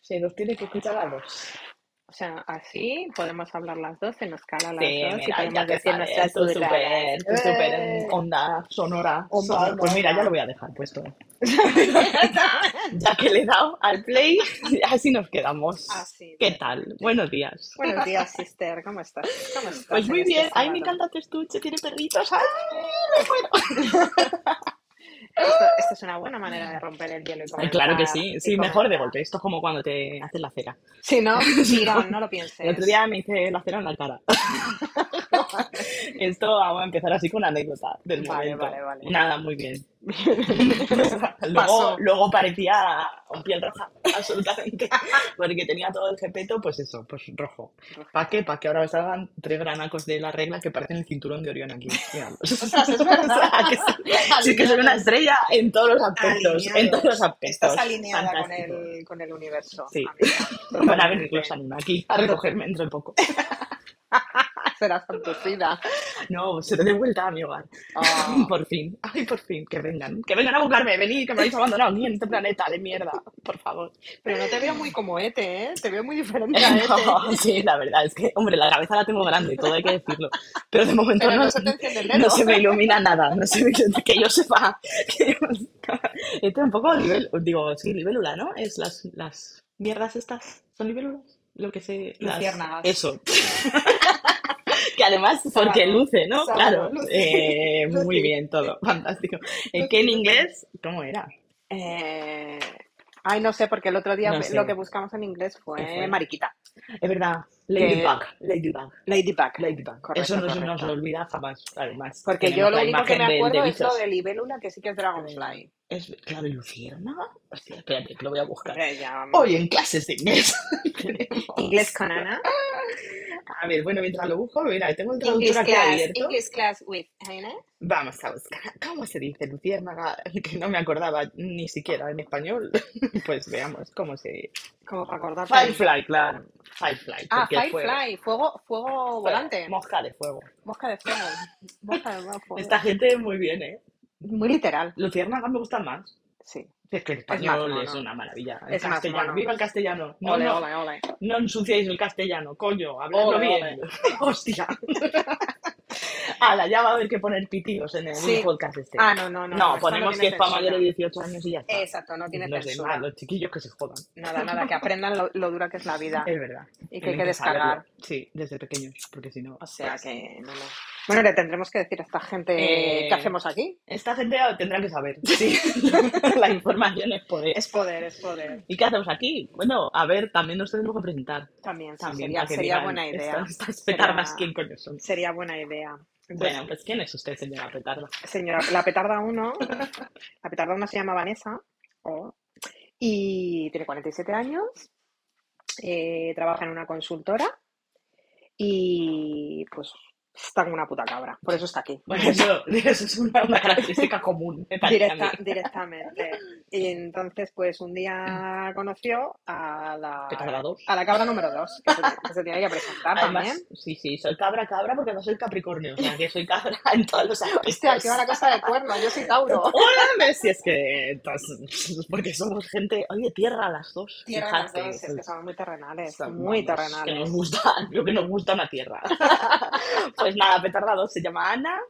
se los tiene que escuchar a dos. O sea, así podemos hablar las dos, se nos cala las Sí, dos y mira, ya podemos te decir sabes, nuestras tú burradas. súper, tú súper en ¡Eh! onda sonora. Onda, sonora. onda, Pues mira, ya lo onda. voy a dejar puesto. Ya que le he dado al play, así nos quedamos. Así ¿Qué de... tal? Buenos días. Ah, Buenos días, sister. ¿Cómo estás? ¿Cómo Pues estás en muy este bien. Ay, me sábado? encanta tu estuche, tiene perritos. Ay, me muero. Esto, esto es una buena manera de romper el hielo y Ay, claro que comenzar, sí, y sí, mejor de comenzar. golpe. Esto es como cuando te haces la cera. Si no, Es tirón, como- no lo El otro pienses. día me hice la cera en la cara. Esto vamos a empezar así con una anécdota del Vale, momento. vale, vale. Nada, muy bien. O sea, luego, Pasó. luego parecía un piel roja, absolutamente. Porque tenía todo el jepeto, pues eso, pues rojo. ¿Para Rojito. qué? Para que ahora me salgan tres granacos de la regla que parecen el cinturón de Orión aquí. Mira, o Ostras, es verdad. sea, que sí, sí que soy una Alineados. estrella en todos los aspectos, en todos los Alineados. Estás aspectos. alineada con Fantástico. el, con el universo, Sí. amiga. Van a venir los Totalmente. aquí a To- recogerme dentro de poco. Serás abducida. No, seré de vuelta a mi hogar. Ah, Por fin. Ay, por fin, que vengan. Que vengan a buscarme, venid, que me habéis abandonado aquí en este planeta de mierda. Por favor. pero no te veo muy como Ete, ¿eh? Te veo muy diferente a Ete. No, sí, la verdad es que, hombre, la cabeza la tengo grande, todo hay que decirlo. Pero de momento Pero no, no se te enciende el no dedo. se me ilumina nada, no se me, que yo sepa. Que yo- Este es un poco nivel, digo, sí, libélula, ¿no? Es las, las mierdas estas, ¿son libélulas? Lo que se, las, Luciérnagas. eso. Que además, porque Sábado. luce, ¿no? Sábado. Claro, Lucy. eh, muy Lucy. bien, todo, fantástico. Eh, que Lucy, en Lucy. inglés, ¿cómo era? Eh, Ay, no sé, porque el otro día No ve- lo sé, que buscamos en inglés ¿qué fue fue? mariquita, Es verdad, que Ladybug, Ladybug, Ladybug. Ladybug. Eso Correcto, no se nos correcto. lo olvida jamás. Además, Porque yo tenemos lo la único que me imagen del de acuerdo es lo bichos. de libélula, que sí que es Eh, Dragonfly. es, claro, Lucierna. Hostia, espérate, que lo voy a buscar. Hombre, ya Hoy vamos. en clases de inglés Inglés tenemos... con Ana. A ver, bueno, mientras lo busco, mira, tengo el traductor English aquí class, abierto. English class with Ana. Vamos a buscar. ¿Cómo se dice luciérnaga? Que no me acordaba ni siquiera en español. Pues veamos cómo se... Como para acordarte de mí. Firefly, claro. Firefly, Ah, porque fuego. Firefly, fuego, fuego Fuego. volante, Mosca de fuego. mosca de fuego, mosca de fuego. Esta gente muy bien, ¿eh? Muy literal, Luciérnaga me gusta más. sí. Es que el Es más español es mono, una maravilla. El es más castellano. mono. ¡Viva el castellano! No, Ole, no, ole, ole. no ensuciéis el castellano, coño. Habladlo Ole, bien. ole. ¡Hostia! Ala, ya va a haber que poner pitidos en el Sí. podcast este. Ah, no, no, no, no, No, esto no ponemos tiene que es para mayores de censura. 18 años y ya está. Exacto, no tiene No sé, nada, censura. los chiquillos que se jodan. Nada, nada, que aprendan lo, lo dura que es la vida Es verdad. Ah. y que hay Tienen que que saberlo. descargar. Sí, desde pequeños, porque si no, O sea pues... que, no, no. Bueno, le tendremos que decir a esta gente qué Eh, hacemos aquí. esta gente tendrá que saber. Sí, la información es poder. Es poder, es poder. ¿Y qué hacemos aquí? Bueno, a ver, también nos tenemos que presentar. También, sí, También para sería, que sería digan, buena idea. estas, estas petardas, Sería, ¿quién coño son? sería buena idea. Entonces, Bueno, pues ¿quién es usted, señora petarda? señora, la petarda 1, la petarda 1 se llama Vanessa oh, y tiene 47 años, eh, trabaja en una consultora y pues está como una puta cabra, por eso está aquí. Bueno, eso, eso es una, una característica común, me parece a mí. Directa, directamente. Y entonces, pues un día conoció a la, Petarda dos. a la cabra número 2, que se, que se tiene que presentar también. Además, sí, sí, soy cabra, cabra, porque no soy capricornio, o sea, que soy cabra en todos los Hostia, qué aspectos. la cosa de cuerno, yo soy Tauro. Hola, si es que estás- porque somos gente, oye, tierra las dos, Tierra las fíjate, dos, es eso que es- somos muy terrenales, son- vamos, muy que nos terrenales. gusta, lo que nos gusta la tierra. Pues nada, petarda 2 se llama Ana,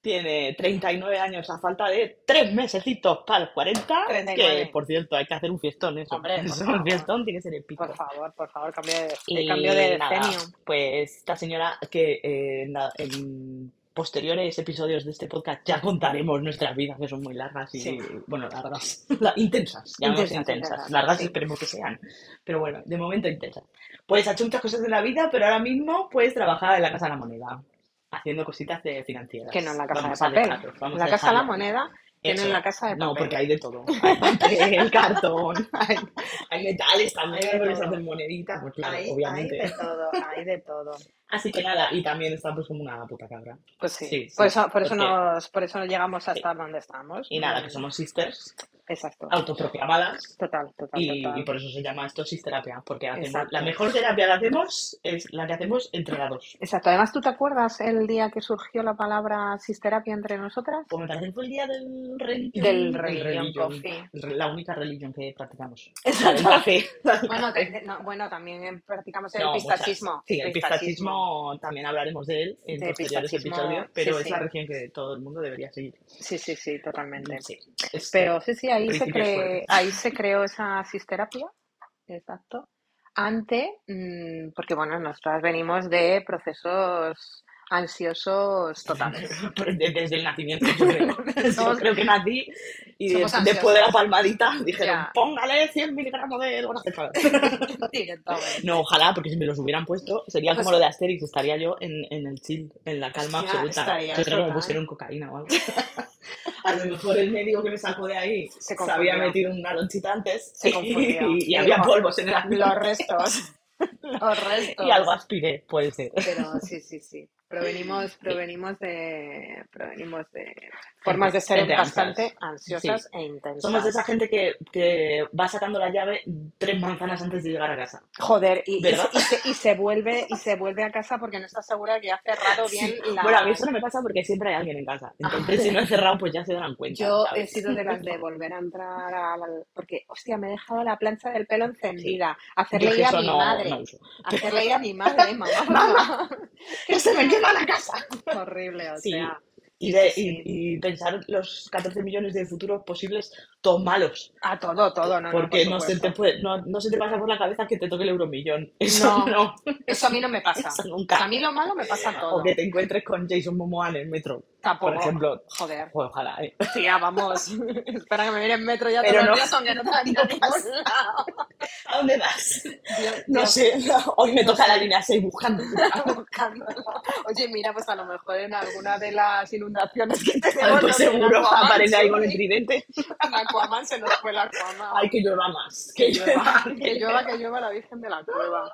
tiene 39 años a falta de 3 mesecitos para los 40, que 39. por cierto, hay que hacer un fiestón eso, Hombre, por eso, un favor, fiestón tiene que ser por épico. favor, por favor, cambio de, de- cambio de Y nada, decenio. pues esta señora que eh, na- en posteriores episodios de este podcast ya contaremos nuestras vidas, que son muy largas Sí, y, bueno, largas, la- intensas, llamamos intensas, intensas, intensas, largas sí. esperemos que sean, pero bueno, de momento intensas. Pues ha hecho muchas cosas de la vida, pero ahora mismo pues trabaja en la Casa de la Moneda, haciendo cositas de Que no en financieras. la casa de Vamos a papel. dejarlo, vamos La a casa de la dejarlo ahí. moneda, que no en la Eso, casa de no, porque papel. hay de todo. Hay papel, cartón, hay, hay metales Hay también, de porque se hacen todo, moneditas, pues claro, hay, hay obviamente. de todo, hay de todo. Así que nada, y también está pues como una puta cabra. Pues sí, Sí, por sí, eso, por eso porque nos, por eso llegamos a sí. estar donde estamos. Y nada, que Mm, somos sisters. Exacto. autoproclamadas Total, total, y, y total. por eso se llama esto terapia, porque hacemos, la Exacto. mejor terapia que hacemos es la que hacemos entre las dos. Exacto. Además, ¿tú te acuerdas el día que surgió la palabra sisterapia entre nosotras? Pues me parece que fue el día del Del religion, del Religion religion, Coffee. re- la única religion que practicamos. La del Exacto. café, la del Bueno, ta- café. de- no, bueno, también eh, practicamos el No, muchas. pistachismo, Sí, el pistachismo, pistachismo también hablaremos de él en de posteriores episodios, pistachismo, sí, pero es la sí, religión que todo el mundo debería seguir. sí, sí, sí, totalmente. Sí, es Pero sí, sí, ahí se principios cre- fuertes. ahí se creó esa sisterapia, exacto. Ante, mm, porque bueno, nosotras venimos de procesos ansiosos totales. De- Desde el nacimiento, yo creo. Yo Somos, creo que nací y somos des- después de la ansiosas, palmadita dijeron, ya, póngale 100 miligramos de lorazepam. directamente. No, ojalá, porque si me los hubieran puesto, sería como Pues, lo de Asterix, estaría yo en, en el chill, en la calma hostia, absoluta. Yo estarías creo que me total. pusieron cocaína o algo. A lo mejor el médico que me sacó de ahí Se se había confundió, metido una lonchita antes se confundió. y, y Y había dijo, polvos en el los ambiente restos, y los algo restos. aspiré, puede ser. Pero sí, sí, sí. Provenimos, Sí, provenimos de, provenimos de formas gente, de ser gente bastante ansias. ansiosas Sí. e Somos de esa intensas. gente que, que va sacando la llave tres manzanas antes de llegar a casa, Joder, y, y, se, ¿verdad? y, se, y se vuelve, y se vuelve a casa porque no está segura de que ha cerrado bien Sí. Bueno, a mí eso las. no me pasa porque siempre hay alguien en casa. Ah, Entonces, si vale. no he cerrado, pues ya se darán cuenta, Yo eh, he ¿sabes? sido de las de volver a entrar al... Porque, hostia, me he dejado la plancha del pelo Sí. encendida. Yo Hacerle es ir que a eso mi no, no madre. uso. Pero, Hacerle ir a mi madre, mamá, ¡Mamá! mamá. Que ¡Que se se me me... quema la casa! Horrible, o Sí, sea. y, Sí, sí, de- y, sí. y pensar los 14 millones de futuros posibles, todos malos, A todo, todo, no, no, por porque no se te supuesto. puede, no, no se te pasa por la cabeza que te toque el euromillón. Eso No, no, eso a mí no me pasa. eso O sea, a nunca. mí lo malo me pasa O que todo. te encuentres con Jason Momoa en el metro, por Tampoco, ejemplo. joder. Pues ojalá, ¿eh? Tía, vamos. Espera que me viene en metro ya todos Pero los no, días, aunque no te vaya no a ningún pasa. lado. ¿A dónde vas? Dios, No Dios, sé, hoy me no toca la sé. línea 6 buscándola. Buscándolo. Oye, mira, pues a lo mejor en alguna de las inundaciones que Ay, tenemos pues nos viene seguro Aquaman, aparece ahí con el ¿sabes? tridente. En Aquaman se nos fue el Aquaman. Ay, que llueva más, Que que llueva, llueva, que que llueva, llueva. que llueva la Virgen de la Cueva.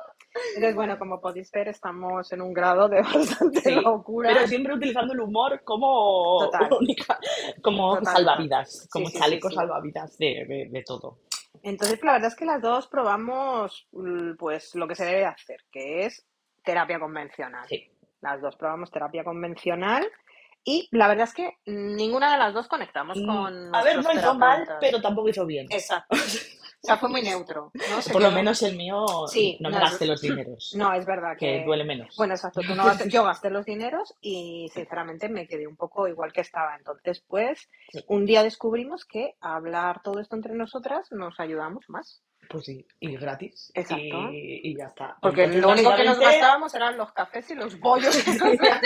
Entonces, bueno, como podéis ver, estamos en un grado de bastante Sí, pero locura. siempre utilizando el humor como Total, única, como total, total. salvavidas, Sí, como sí, sí, chaleco sí. salvavidas de, de- de todo. Entonces, la verdad es que las dos probamos mm, pues lo que se debe de hacer, que es terapia convencional. Sí, Las dos probamos terapia convencional y la verdad es que ninguna de las dos conectamos Mm, con a ver, nuestros no hizo mal, terapeutas. pero tampoco hizo bien. Exacto. O sea, fue muy neutro, ¿no? Se Por lo quedó. menos el mío, Sí, no me no es, gasté los dineros, no, es verdad que duele que, menos. bueno, exacto, tú no gastas, yo gasté los dineros y sinceramente me quedé un poco igual que estaba. Entonces, pues, Sí, un día descubrimos que hablar todo esto entre nosotras nos ayudamos más. pues sí, y gratis, Exacto. y, y ya está. Porque Entonces, lo único que nos básicamente, gastábamos eran los cafés y los bollos que nos sí, hacía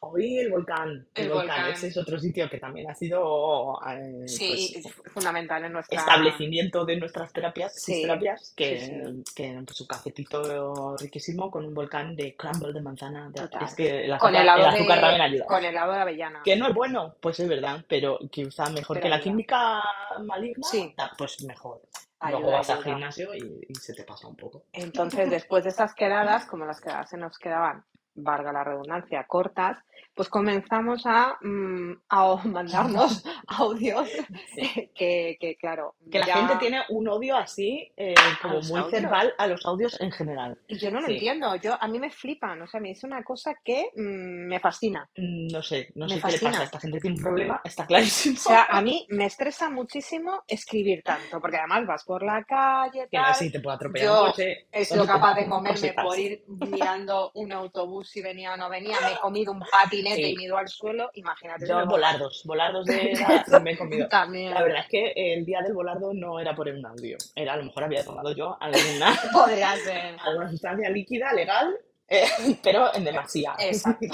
hoy el volcán, el el volcán, ese volcán. es otro sitio que también ha sido, eh, Sí, pues, es fundamental en nuestra... establecimiento de nuestras terapias, sus Sí, terapias, sí, sí, que, que pues, su cafetito riquísimo con un volcán de crumble de manzana. de- es total. que el Con azúcar, el helado azúcar también de, ayuda. con helado de avellana, Que no es bueno, pues es verdad, pero que usa mejor pero que la ayuda. química maligna, Sí, ah, pues mejor. Luego ayuda, vas al ayuda. gimnasio y, y se te pasa un poco. Entonces, después de esas quedadas, como las quedadas se nos quedaban, valga la redundancia, cortas, pues comenzamos a, mm, a o- mandarnos audios Sí. que, que, claro, Que la gente ya tiene un odio así, eh, a como los muy audios. cerval a los audios en general. Y yo no lo Sí. entiendo, yo a mí me flipan, o sea, me dice una cosa que mm, me fascina, Mm, No sé, no me sé qué le pasa. fascina. Esta gente tiene un problema, está O sea, clarísimo. a mí me estresa muchísimo escribir tanto, porque además vas por la calle, que no sé tal. si te puede atropellar un Yo coche he o sido te puede capaz hacer de comerme por cositas. ir mirando un autobús si venía o no venía. Me he comido un patinete y Sí, me he ido al suelo. Imagínate si yo me pongo mal. volardos, volardos de la- me he comido. La También verdad es que el día del volardo no era por un audio, era a lo mejor había tomado yo alguna, podría ser. alguna sustancia líquida legal, eh, pero en demasía. Exacto.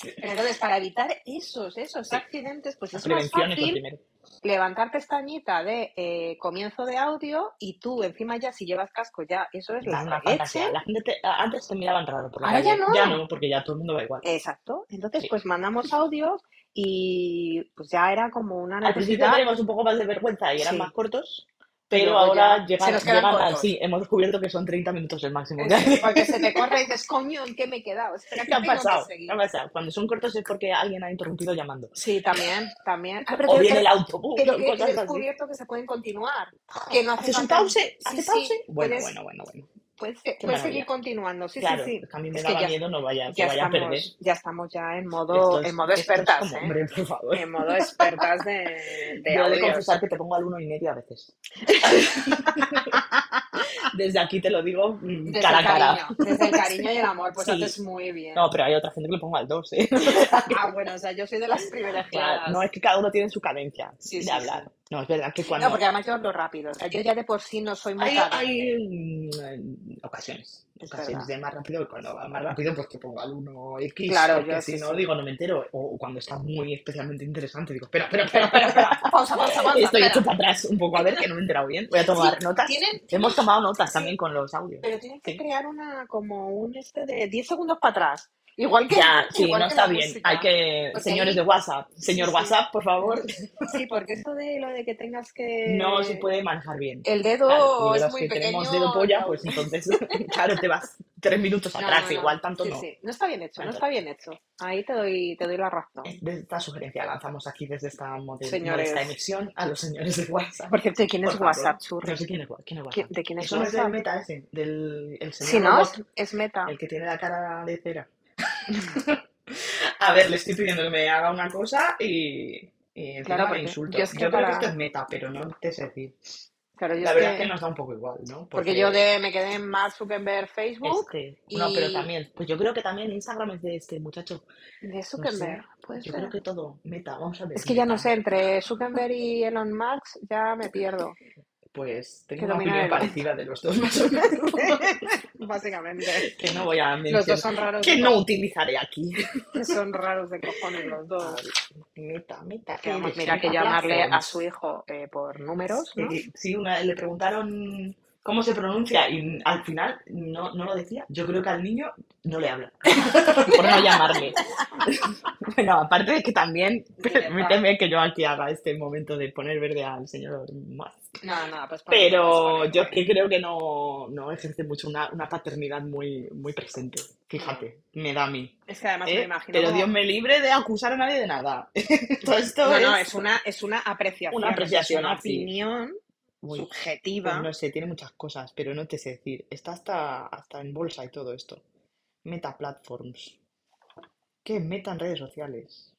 Pero entonces, para evitar esos, esos Sí, accidentes, pues la es más prevención es lo fácil primero. levantar pestañita de eh, comienzo de audio y tú encima ya si llevas casco ya, eso es Ya la es una releche. fantasía. La gente te- a- antes te miraban raro por la Ahora ya calle, ya no. no, porque ya todo el mundo va igual. Exacto. Entonces, Sí. pues mandamos audios y pues ya era como una Al principio necesidad. tenemos un poco más de vergüenza y eran más Sí, cortos, Y Pero luego ahora ya se llegan, nos quedan llegan al... cortos. Sí, hemos descubierto que son 30 minutos el máximo que Eso, hay. porque se te corre y dices, coño, ¿en qué me he quedado? Espera, ¿Qué que ha tengo que pasado? ¿Qué ha seguir. pasado? Cuando son cortos es porque alguien ha interrumpido llamando. Sí, también, también. Ah, pero O que, viene pero, el autobús pero o que yo he cosas así. Ah, descubierto que se pueden continuar, que no hace ¿Haces un falta. pause? Sí, ¿Hace sí, pause? Bueno, puedes, bueno, bueno, bueno. puedes, que- Qué puedes seguir maravilla. continuando. Sí, sí, Claro, sí. es que a mí me Es que daba ya, miedo no vaya, que ya vaya a perder. estamos, ya estamos ya en modo, Esto en es, modo esto es expertas, como ¿eh? hombre, por favor. En modo expertas de, de Yo he de confesar audios. que te pongo al uno y medio a veces. Desde aquí te lo digo mm, Desde el cara a cara. cariño, desde el cariño y Sí. el amor, pues haces Sí. muy bien. No, pero hay otra gente que le pongo al dos, ¿eh? O sea que, Ah, bueno, o sea, yo soy de las claro, no, privilegiadas. es que cada uno tiene su cadencia Sí, de sí, sí. hablar. No, es verdad que No, cuando... porque además yo hablo rápido. O sea, yo ya de por sí no soy muy Hay, cadente. hay mm, ocasiones, Es ocasiones verdad. de más rápido, y cuando va más rápido pues te pongo al 1X, Claro, porque yo si sí, no sí. digo no me entero, o, o cuando está muy especialmente interesante digo, espera, espera, Espera, espera, espera, espera, espera. espera, Pausa, pausa, pausa, estoy espera. hecho para atrás un poco, a ver que no me he enterado bien, voy a Sí, tomar notas, tienen, hemos tomado notas también sí, con los audios, pero tienen que sí. crear una, como un este de 10 segundos para atrás. Igual que, Ya, sí, no igual que la está bien, hay música. que, Porque señores de ahí, WhatsApp, sí, señor sí. WhatsApp, por favor, Sí, porque esto de lo de que tengas no se que... puede manejar bien. Claro, y El dedo de Eh, es los muy que tenemos pequeño, dedo polla, la- pues entonces, claro, te vas tres minutos No, atrás, no, no. igual tanto Sí, no. sí. No está bien hecho, no Tanto está no. bien hecho. Ahí te doy, te doy la razón, Desde esta sugerencia lanzamos aquí desde esta mode- modesta señores. emisión a los señores de WhatsApp. Por cierto, ¿de quién es Por favor, WhatsApp, no churri? sé quién es, Wha- quién es ¿Qui- WhatsApp. ¿De quién es Eso no es del WhatsApp? meta ese, del el Si señor no, es, robot, es meta. el que tiene la cara de cera. A ver, le estoy pidiendo que me haga una cosa y, y Claro, encima por porque yo insulto. es que Yo creo que esto es para... meta, pero no te sé decir. Claro, yo La es verdad es que que... nos da un poco igual, ¿no? Porque yo Porque de, me quedé en Mark Zuckerberg Facebook este, no, pero y también, pues yo creo que también Instagram es de este muchacho. de No Zuckerberg, sé, puede yo creo ser. que todo, meta, vamos a ver, Es que ya no meta. sé, entre Zuckerberg y Elon Musk ya me pierdo. Pues tengo Que una dominan opinión el mundo. parecida de los dos, más o menos. Básicamente. Que no voy a Los dos mencionar. son raros de Que no co- utilizaré aquí. son raros de cojones los A dos. ver, meta, meta, Que ¿qué vamos, eres? mira que Meta llamarle a su platforms. hijo eh, por números, ¿no? Eh, sí, una, le preguntaron cómo se pronuncia y al final no, no lo decía. Yo creo que al niño no le habla, por no llamarle. Bueno, aparte de que también, Directa. permíteme que yo aquí haga este momento de poner verde al señor Musk. No, no, pues ponelo, pues Pero yo es ponelo. que creo que no, no ejerce mucho una, una paternidad muy, muy presente. No. Fíjate, me da a mí. Es que además Pues me ¿eh? imagino Pero Dios como... Pues me libre de acusar a nadie de nada. Todo esto No, no, es es una, es una una apreciación, o sea, es apreciación una así. opinión Uy, pues subjetiva. no sé, tiene muchas cosas, pero no te sé decir. Está hasta, hasta en bolsa y todo esto. Meta Platforms. ¿Qué es meta en redes sociales?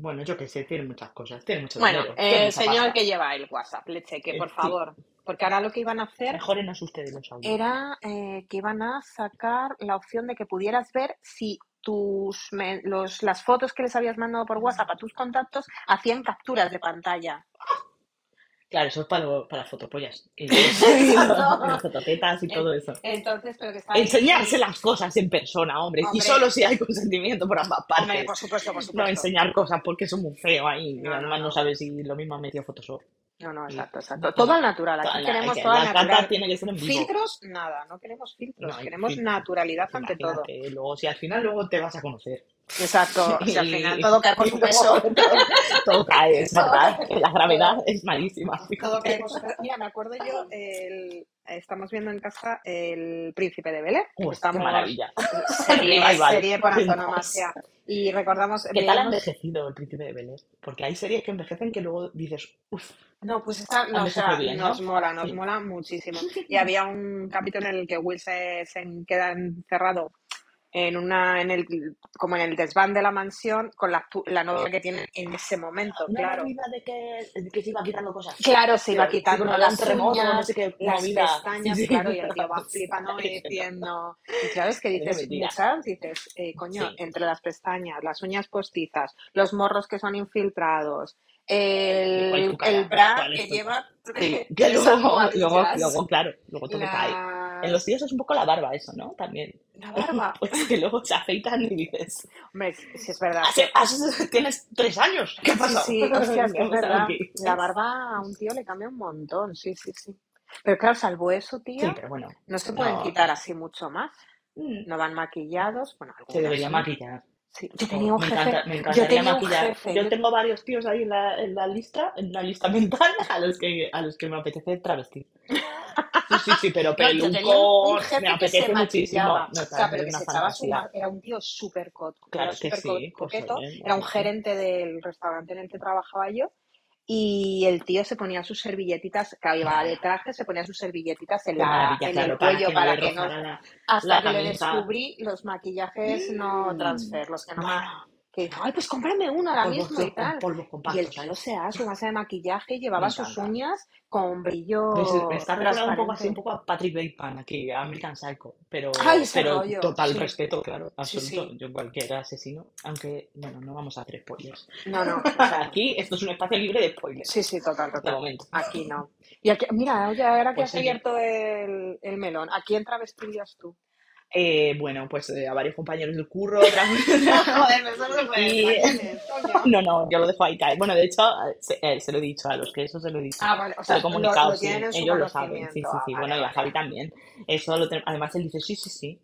Bueno, yo qué sé, tiene muchas cosas. Tiene mucho Bueno, dinero, tiene el mucha señor pasta. que lleva el WhatsApp, le cheque, Eh, por sí, favor. Porque ahora lo que iban a hacer mejoren ustedes los audios. era eh, que iban a sacar la opción de que pudieras ver si tus me- los, las fotos que les habías mandado por WhatsApp a tus contactos hacían capturas de pantalla. Claro, eso es para, lo- para las fotopollas y los, y Exacto. los- las fototetas y En- todo eso. Entonces, pero que estaban Enseñarse diciendo, las cosas en persona, hombre, y solo hombre, si hay consentimiento por ambas hombre, partes. por supuesto, por No supuesto. enseñar cosas porque son muy feo ahí y No, no, además no no. sabes si lo mismo ha metido Photoshop. No, no, Y exacto, exacto. Todo no, al natural. toda Aquí la, queremos que todo al la cata natural. tiene que ser en vivo. Filtros, nada, no queremos No filtros. hay Queremos filtro. naturalidad ante todo. Imagínate, luego si al final luego te vas a conocer. Exacto, si al final Y, todo cae por y su luego peso. todo, todo cae, es Todo verdad. cae, La gravedad todo, es malísima, todo cae fíjate. por su peso. Mira, me acuerdo yo, el- estamos viendo en casa El Príncipe de Belén. Uy, qué Estamos maravilla. El serie, revival. serie por Pues Vamos. antonomasia. Y recordamos, ¿Qué tal ha veíamos, envejecido el príncipe de Belén? Porque hay series que envejecen que luego dices, uff, no, pues esta ha no, o envejecido sea, bien, nos ¿no? mola, nos Sí. mola muchísimo. Y había un capítulo en el que Will se, se queda encerrado en una en el como en el desván de la mansión con la, actu- la novia que tiene en ese momento, Eh, Una claro. movida de que, de que se iba quitando cosas. Claro, se Que, iba sí, que quitando no le dan las terremoto, no uñas, sé qué las movida. Sí, pestañas, sí, claro, y el tío va sí, flipando y diciendo, diciendo, y claro, es que "Parece dices, mentira. muchas, dices, eh, coño, Sí, entre las pestañas, las uñas postizas, los morros que son infiltrados, sí, ¿cuál es el, tu el cara? bra ¿Cuál que es tu lleva cara? "Eh, Sí, que tres luego, luego, almohadillas, luego, claro, luego todo cae. En los las, tíos es un poco la barba eso, ¿no? También. la barba. Pues que luego se afeitan y dices, Hombre, si es verdad, es "Hace- que hace- tienes tres años, ¿qué ha Sí, pasado? sí, hostia, es ¿Qué que ha pasado es verdad. aquí? La barba a un tío le cambia un montón, sí, sí, sí. Pero claro, salvo eso, Sí, tío, pero bueno, no se pueden no, quitar así mucho más. mm, No van maquillados, bueno, se algunos debería sí. maquillar. Sí, yo Joder, tenía un me jefe, encanta, me yo encantaría tenía un maquillar. jefe, Yo yo- tengo varios tíos ahí en la, en la lista, en la lista mental, a los que, a los que me apetece travestir. Sí, sí, sí, pero No, yo tenía un, un pelucón, me jefe que se apetece muchísimo. maquillaba, Me o sea, parece pero que una se echaba su... fantasía. ma- Era un tío súper co- era Claro que súper co- sí, pues coqueto, oye, era un es que... gerente del restaurante en el que trabajaba yo y el tío se ponía sus servilletitas, que iba de traje, se ponía sus servilletitas en Qué la, maravilla, en el claro, para cuello que no le para que no... rozara la, Hasta la que le camisa. descubrí los maquillajes no Mm, transfer, los que no más... bueno, Que dijo, ay, pues cómprame uno ahora polvos, mismo y tal. polvos Y el compactos tío ahí. se daba su base de maquillaje y Me llevaba sus encanta. uñas con Me, se- me brillo está recordando un poco así, un transparente. poco a Patrick Bateman aquí, a American Psycho, ¡Ay, pero, ese pero rollo! total Sí, respeto, claro, sí, absoluto. sí. Yo cualquier asesino, aunque, bueno, no vamos a hacer spoilers. No, no, o sea, no. Aquí esto es un espacio libre de Sí, spoilers, sí, total, de total. momento. Aquí no. Y aquí, mira, oye, ahora que Pues has oye, abierto el, el melón, ¿a quién travestirías tú? eh, bueno, pues eh, a varios compañeros del curro, tras... Joder, pero solo se puede decir y... a quién es, coño. No, no, yo lo dejo ahí caer. Bueno, de hecho, se, eh, se lo he dicho a los que eso se lo he dicho. Ah, vale, o Se lo he sea, lo, comunicado, lo tienen sí. en su Ellos lo saben, sí, conocimiento. sí, Ah, sí. vale, Bueno, y a vale. Javi también. Eso lo ten- Además, él dice, sí, sí, sí.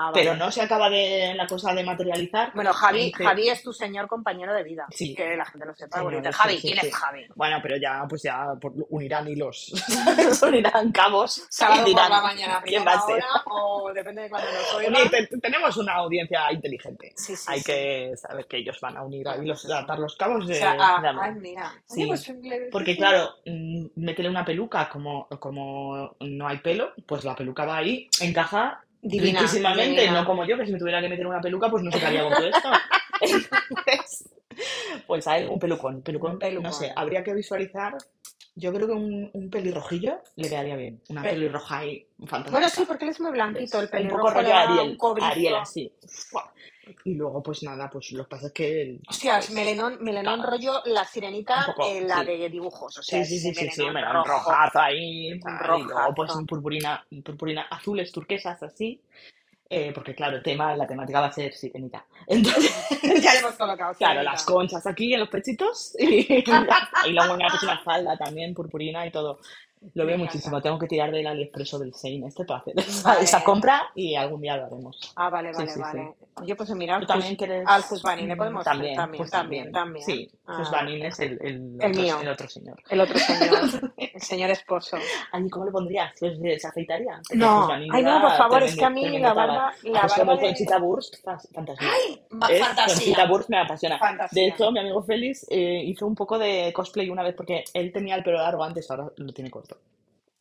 Ah, pero vale. no se acaba de la cosa de materializar. Bueno, Javi, Dice, Javi es tu señor compañero de vida. sí, Que la gente lo sepa, porque señor, dice, sí, Javi, sí, ¿quién es sí. Javi? Bueno, pero ya, pues ya por- unirán hilos, ¿sabes? Unirán cabos y Sábado por la dirán, mañana, a ¿quién va a primera ser? hora, o depende de cuando nos Unir- oigan. te- te- tenemos una audiencia inteligente. Sí, sí, Hay sí. que saber que ellos van a unir Bueno, y los, pues eso. a atar los cabos O sea, de, ah, de ay, algo. mira. Oye, Sí, pues le- sí, porque sí. claro, mm, métele una peluca, como, como no hay pelo, pues la peluca va ahí, encaja Divina, riquísimamente, no divina. como yo, que si me tuviera que meter una peluca, pues no sé qué haría con todo esto. Entonces, pues a él un pelucón, Un pelucón, no pelucón. sé, habría que visualizar, yo creo que un, un pelirrojillo le quedaría bien, una Pe- pelirroja ahí bueno, sí, fantástica, porque él es muy blanquito. El ¿ves? Un poco pelirrojo le rollo da un Ariel, Ariel cobrizo. así. ¡fua! Y luego, pues nada, pues lo que pasa es que, Hostias, pues, melenón, melenón claro, rollo la un sirenita, poco, eh, la sí. de dibujos. O sea, Sí, sí, ese sí, sí, sí, melenón me da un rojo. rojazo ahí, Un tal, y luego pues rojazo. un purpurina, un purpurina azules, turquesas, así, eh, porque claro, el tema, la temática va a ser sirenita. Ya le Entonces, hemos colocado, claro, las sirenita. conchas aquí en los pechitos y, ya está. Y luego una, pues, una falda también, purpurina y todo. Lo veo Me encanta. muchísimo, tengo que tirar del AliExpress o del Shein este para hacer esa, esa Vale. compra y algún día lo haremos. Ah, vale, Sí, vale, sí, sí. vale. Oye, pues mira, al ¿Tú también Jus, al quieres? Husbani le Mm, podemos... También, También, pues también, también, también. sí. Sus Ah, Banín es el, el el otro, mío, el otro señor. el otro señor, el señor esposo. Ay, ¿cómo le pondrías? Pues, eh, se afeitaría, porque No, Juzvanín ay no, por lleva favor, es que a pues tremendo, mí tremendo la tabac. barba, Ah, la pues barba como de... Conchita Wurst, fas- fantasía. ¡Ay! Ma- ¿Ves? Conchita Fantasía, Wurst me apasiona. De fantasía. hecho, mi amigo Félix eh, hizo un poco de cosplay una vez, porque él tenía el pelo largo antes, ahora lo tiene corto.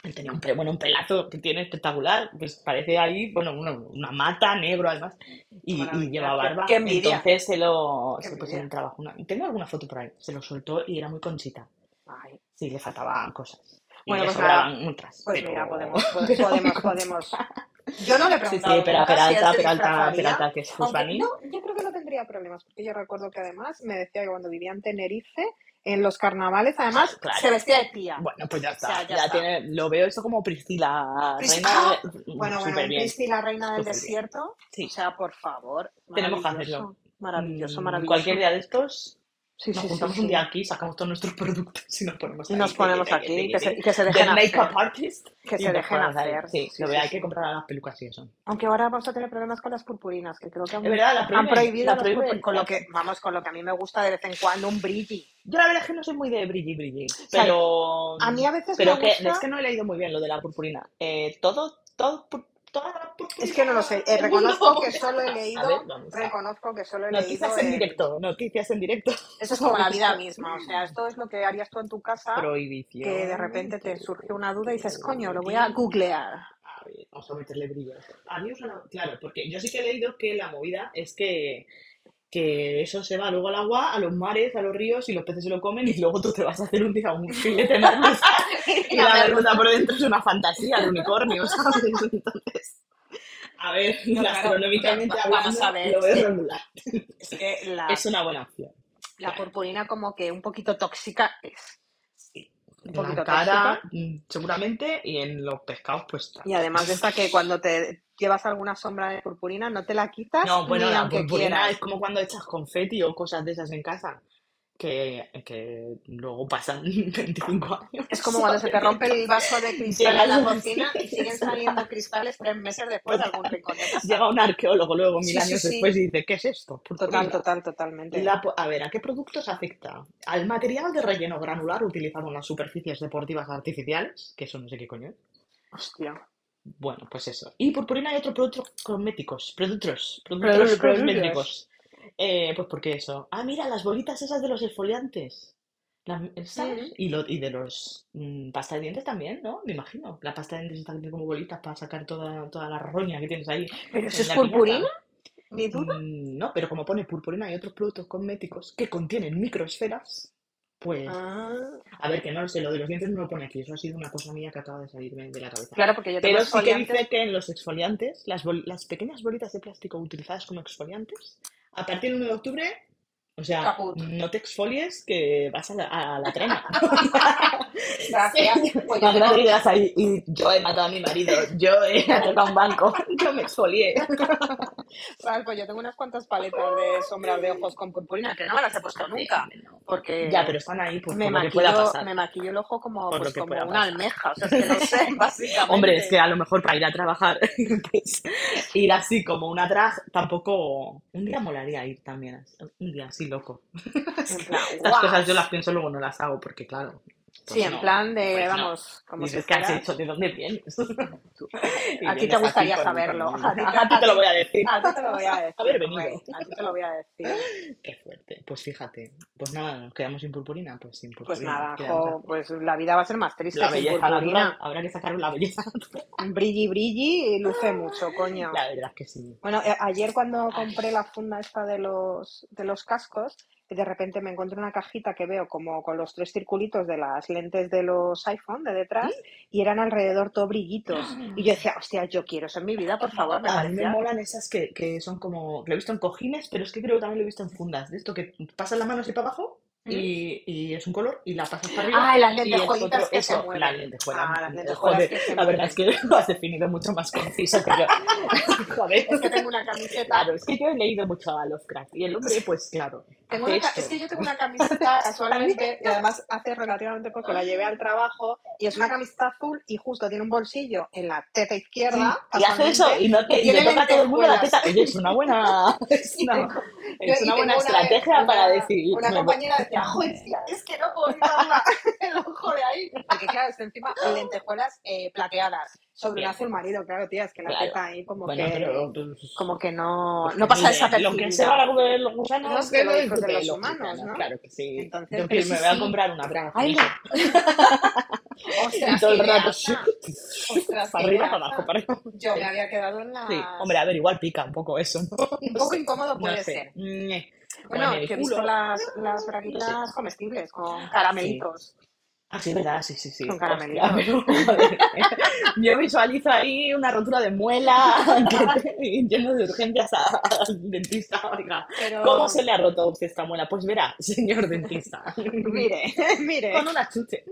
Él tenía un, pe- bueno, un pelazo que tiene espectacular, pues parece ahí, bueno, una, una mata negro además, Qué y, y maravilla, lleva qué, barba. qué envidia, Entonces se lo, qué se, pues en envidia. el trabajo, una- tengo alguna foto por ahí, se lo soltó y era muy conchita. Ay. Sí, le faltaban cosas y Bueno, le pues nada, sobraban otras, pues mira, pero, podemos, po- pero muy podemos, conchita. podemos. Yo no le he Sí, sí, preguntado pero a nunca si él Peralta, Peralta, se disfrazaría, Peralta, que es aunque no, Husbani. yo creo que no tendría problemas, porque yo recuerdo que además me decía que cuando vivía en Tenerife, en los carnavales, además se Claro. vestía de tía. Bueno, pues ya O está. sea, Ya ya está. tiene, lo veo esto como Priscila Pris- Reina, ¡Ah! eh, Bueno, bueno, súper un bien, Cristi la reina del súper bien. desierto. O Sí, sea, por favor, tenemos que hacerlo. maravilloso, maravilloso, Mm, cualquier maravilloso. día de estos, Sí, nos sí, sí, juntamos un sí. día aquí, sacamos todos nuestros productos y nos ponemos Y nos ahí, tiqui, ponemos tiqui, aquí, tiqui, que se, tiqui, y que se de dejen makeup hacer, artist que y se nos dejen ponemos ahí. hacer. Sí, Sí, lo sí, veo, hay sí. que comprar las pelucas y eso. Aunque ahora vamos a tener problemas con las purpurinas, que creo que Es aún verdad, la han prohíben, prohibido la las purpurinas. prohíben. Con lo la- que, vamos, con lo que a mí me gusta de vez en cuando un brilli. Yo la verdad es que no soy muy de brilli brilli, O sea, pero, a mí a veces me pero que gusta, es que no he leído muy bien lo de la purpurina. Eh, todo, todo, pu- toda la es purpurina que no lo sé, eh, del mundo. reconozco que solo he A ver, leído, vamos a. reconozco que solo he leído este Noticias en el, directo, noticias en directo Eso es como sobre la vida esto. misma, o sea, esto es lo que harías tú en tu casa, Ah, que de Prohibición repente te de surge una duda y dices, coño, lo voy a purpurina. googlear. A ver, vamos a meterle brillo. a esto. A mí me suena, claro, porque yo sí que he leído que la movida es que que eso se va luego al agua, a los mares, a los ríos y los peces se lo comen y luego tú te vas a hacer un día un filete merluza y La la merluza merluza. por dentro es una fantasía de unicornio, ¿sabes? Entonces, a ver, No, claro, o sea, gastronómicamente va- vamos a hablando, ver, Ah. lo es veo que, regular. es que la, Es una buena opción, la claro. purpurina como que un poquito tóxica es, Sí. un En la poquito cara, tóxica, mm, seguramente, y en los pescados, pues y también. además de esta que cuando te llevas alguna sombra de purpurina no te la quitas No, bueno, ni la aunque purpurina es quieras. como cuando echas confeti o cosas de esas en casa. que, que luego pasan 25 años. Es como cuando se te rompe el vaso de cristal en Llegas la a- cocina y siguen saliendo cristales tres meses después de algún rincón de casa. Llega un arqueólogo luego, mil Sí, sí, años sí. después, y dice, ¿qué es esto? Por Total, curiosidad. total, totalmente. La po- a ver, ¿a qué productos afecta? Al material de relleno granular utilizado en las superficies deportivas artificiales, que eso no sé qué coño es. Hostia. Bueno, pues eso. Y purpurina y otros productos cosméticos. Productos. Productos Pero, pero, Dios. cosméticos. Eh, pues porque eso. Ah, mira, las bolitas esas de los exfoliantes. Las- Mm. ¿Sabes? Y, lo, y de los mm, pasta de dientes también, ¿no? Me imagino. La pasta de dientes está como bolitas para sacar toda, toda la roña que tienes ahí ¿Pero eso en es la purpurina? piñata. ¿Ni duda? Mm, No, pero como pone purpurina y otros productos cosméticos que contienen microesferas, pues, Ah. a ver, que no lo sé, lo de los dientes no lo pone aquí, eso ha sido una cosa mía que acaba de salirme de la cabeza. Claro, porque yo tengo Pero sí que dice exfoliantes. que en los exfoliantes, las, bol- las pequeñas bolitas de plástico utilizadas como exfoliantes, a partir del 1 de octubre, o sea, Caput. no te exfolies que vas a la, a la trena. Gracias. Sí, Pues yo Imagínate que tengo. llegas ahí y yo he matado a mi marido, yo he atacado un banco, yo me exfolié. Claro, pues yo tengo unas cuantas paletas de sombras de ojos con purpurina que no me las he puesto Sí, nunca, no. Ya, porque pero están ahí pues me por lo que pueda maquillo, pasar, me maquillo el ojo como, por lo pues que como pueda una pasar. almeja, o sea, es que no sé, Hombre, es que básicamente. a lo mejor para ir a trabajar, pues, ir así como una drag, tampoco... Un día molaría ir también, así, un día así loco. Es En que plan, estas cosas yo las ¡guas! pienso, luego no las hago, porque claro, Sí, pues en no, plan de, pues no. vamos, como si Dices, ¿qué has hecho? fueras. ¿De dónde vienes? tú- Y A ti te vienes aquí gustaría con, saberlo, con... a, a- A ti a te lo ti, voy a decir. a ti Ah, te lo voy a Haber decir, venido. rey, a ti te lo voy a decir. Qué fuerte. Pues fíjate. Pues nada, nos quedamos sin purpurina. Pues sin Pues purpurina. nada, ¿Qué le vamos a jo, hacer? pues la vida va a ser más triste La sin belleza natural. purpurina. Habrá que sacar la belleza natural. Brilli, brilli, y luce mucho, coño. La verdad es que sí. Bueno, eh, ayer cuando Ay, compré la funda esta de los, de los cascos, eh, de repente me encuentro una cajita que veo como con los tres circulitos de las lentes de los iPhone de detrás y eran alrededor todo brillitos. Y yo decía, hostia, yo quiero eso en mi vida, por favor, me A mí me parecía. molan esas que, que son como. Lo he visto en cojines, pero es que creo que también lo he visto en fundas. De esto que pasas la mano así para abajo ¿Mm? y, y es un color y la pasas para arriba Ah, y las y es lentejuelitas otro. que se Eso, la mueven. lentejuela. Ah, las eh, lentejuelas Joder, que se la verdad es mueven. que lo has definido mucho más conciso que yo. Joder. Es que tengo una camiseta Claro, es que yo he leído mucho a Lovecraft y el hombre, pues claro, Tengo hace una, ca- es esto que yo tengo una camiseta también. casualmente, y además hace relativamente poco la llevé al trabajo, y es una camiseta azul y justo tiene un bolsillo en la teta izquierda, Sí, y hace eso casualmente, y, no y te- y le tiene toca a todo el mundo la lentejuelas. teta. Oye, es una buena, es Y una, tengo, yo, es y una buena tengo una, de- estrategia para una, decir, una me voy. compañera decía, joder, tía, es que no puedo quitarla el ojo de ahí. Porque claro, es encima lentejuelas eh, plateadas sobre un Bien, azul marido, claro, tía, es que la claro. teta ahí como Bueno, que, pero pues, como que no, pues que no pasa miren, lo que se desapercibida. van a comer los gusanos, Los, que los ven hijos de que los los humanos, gusanos, ¿no? claro que sí. Entonces, Yo pero que me sí, voy a sí. comprar una braga, ¡Ay, hija. no! ¡Ostras, Y todo qué el rato, ideaza! ¡Ostras, para qué arriba, para abajo, ideaza! para arriba. Yo me Sí. había quedado en Sí, hombre, las... a ver, igual pica un poco eso, ¿no? Un No poco sé, incómodo no puede sé. Mm, eh. ser. Ñe. O en Bueno, el que he visto culo, las, las no sé. braguitas comestibles con Sí. caramelitos. Ah, sí, es verdad, sí, sí, Con sí. Hostia, caramelitos. pero joder. Yo visualizo ahí una rotura de muela que te- y lleno de urgencias a- al dentista. Oiga, ¿cómo Pero, se le ha roto a usted esta muela? Pues verá, señor dentista, mire, mire. con una chuche.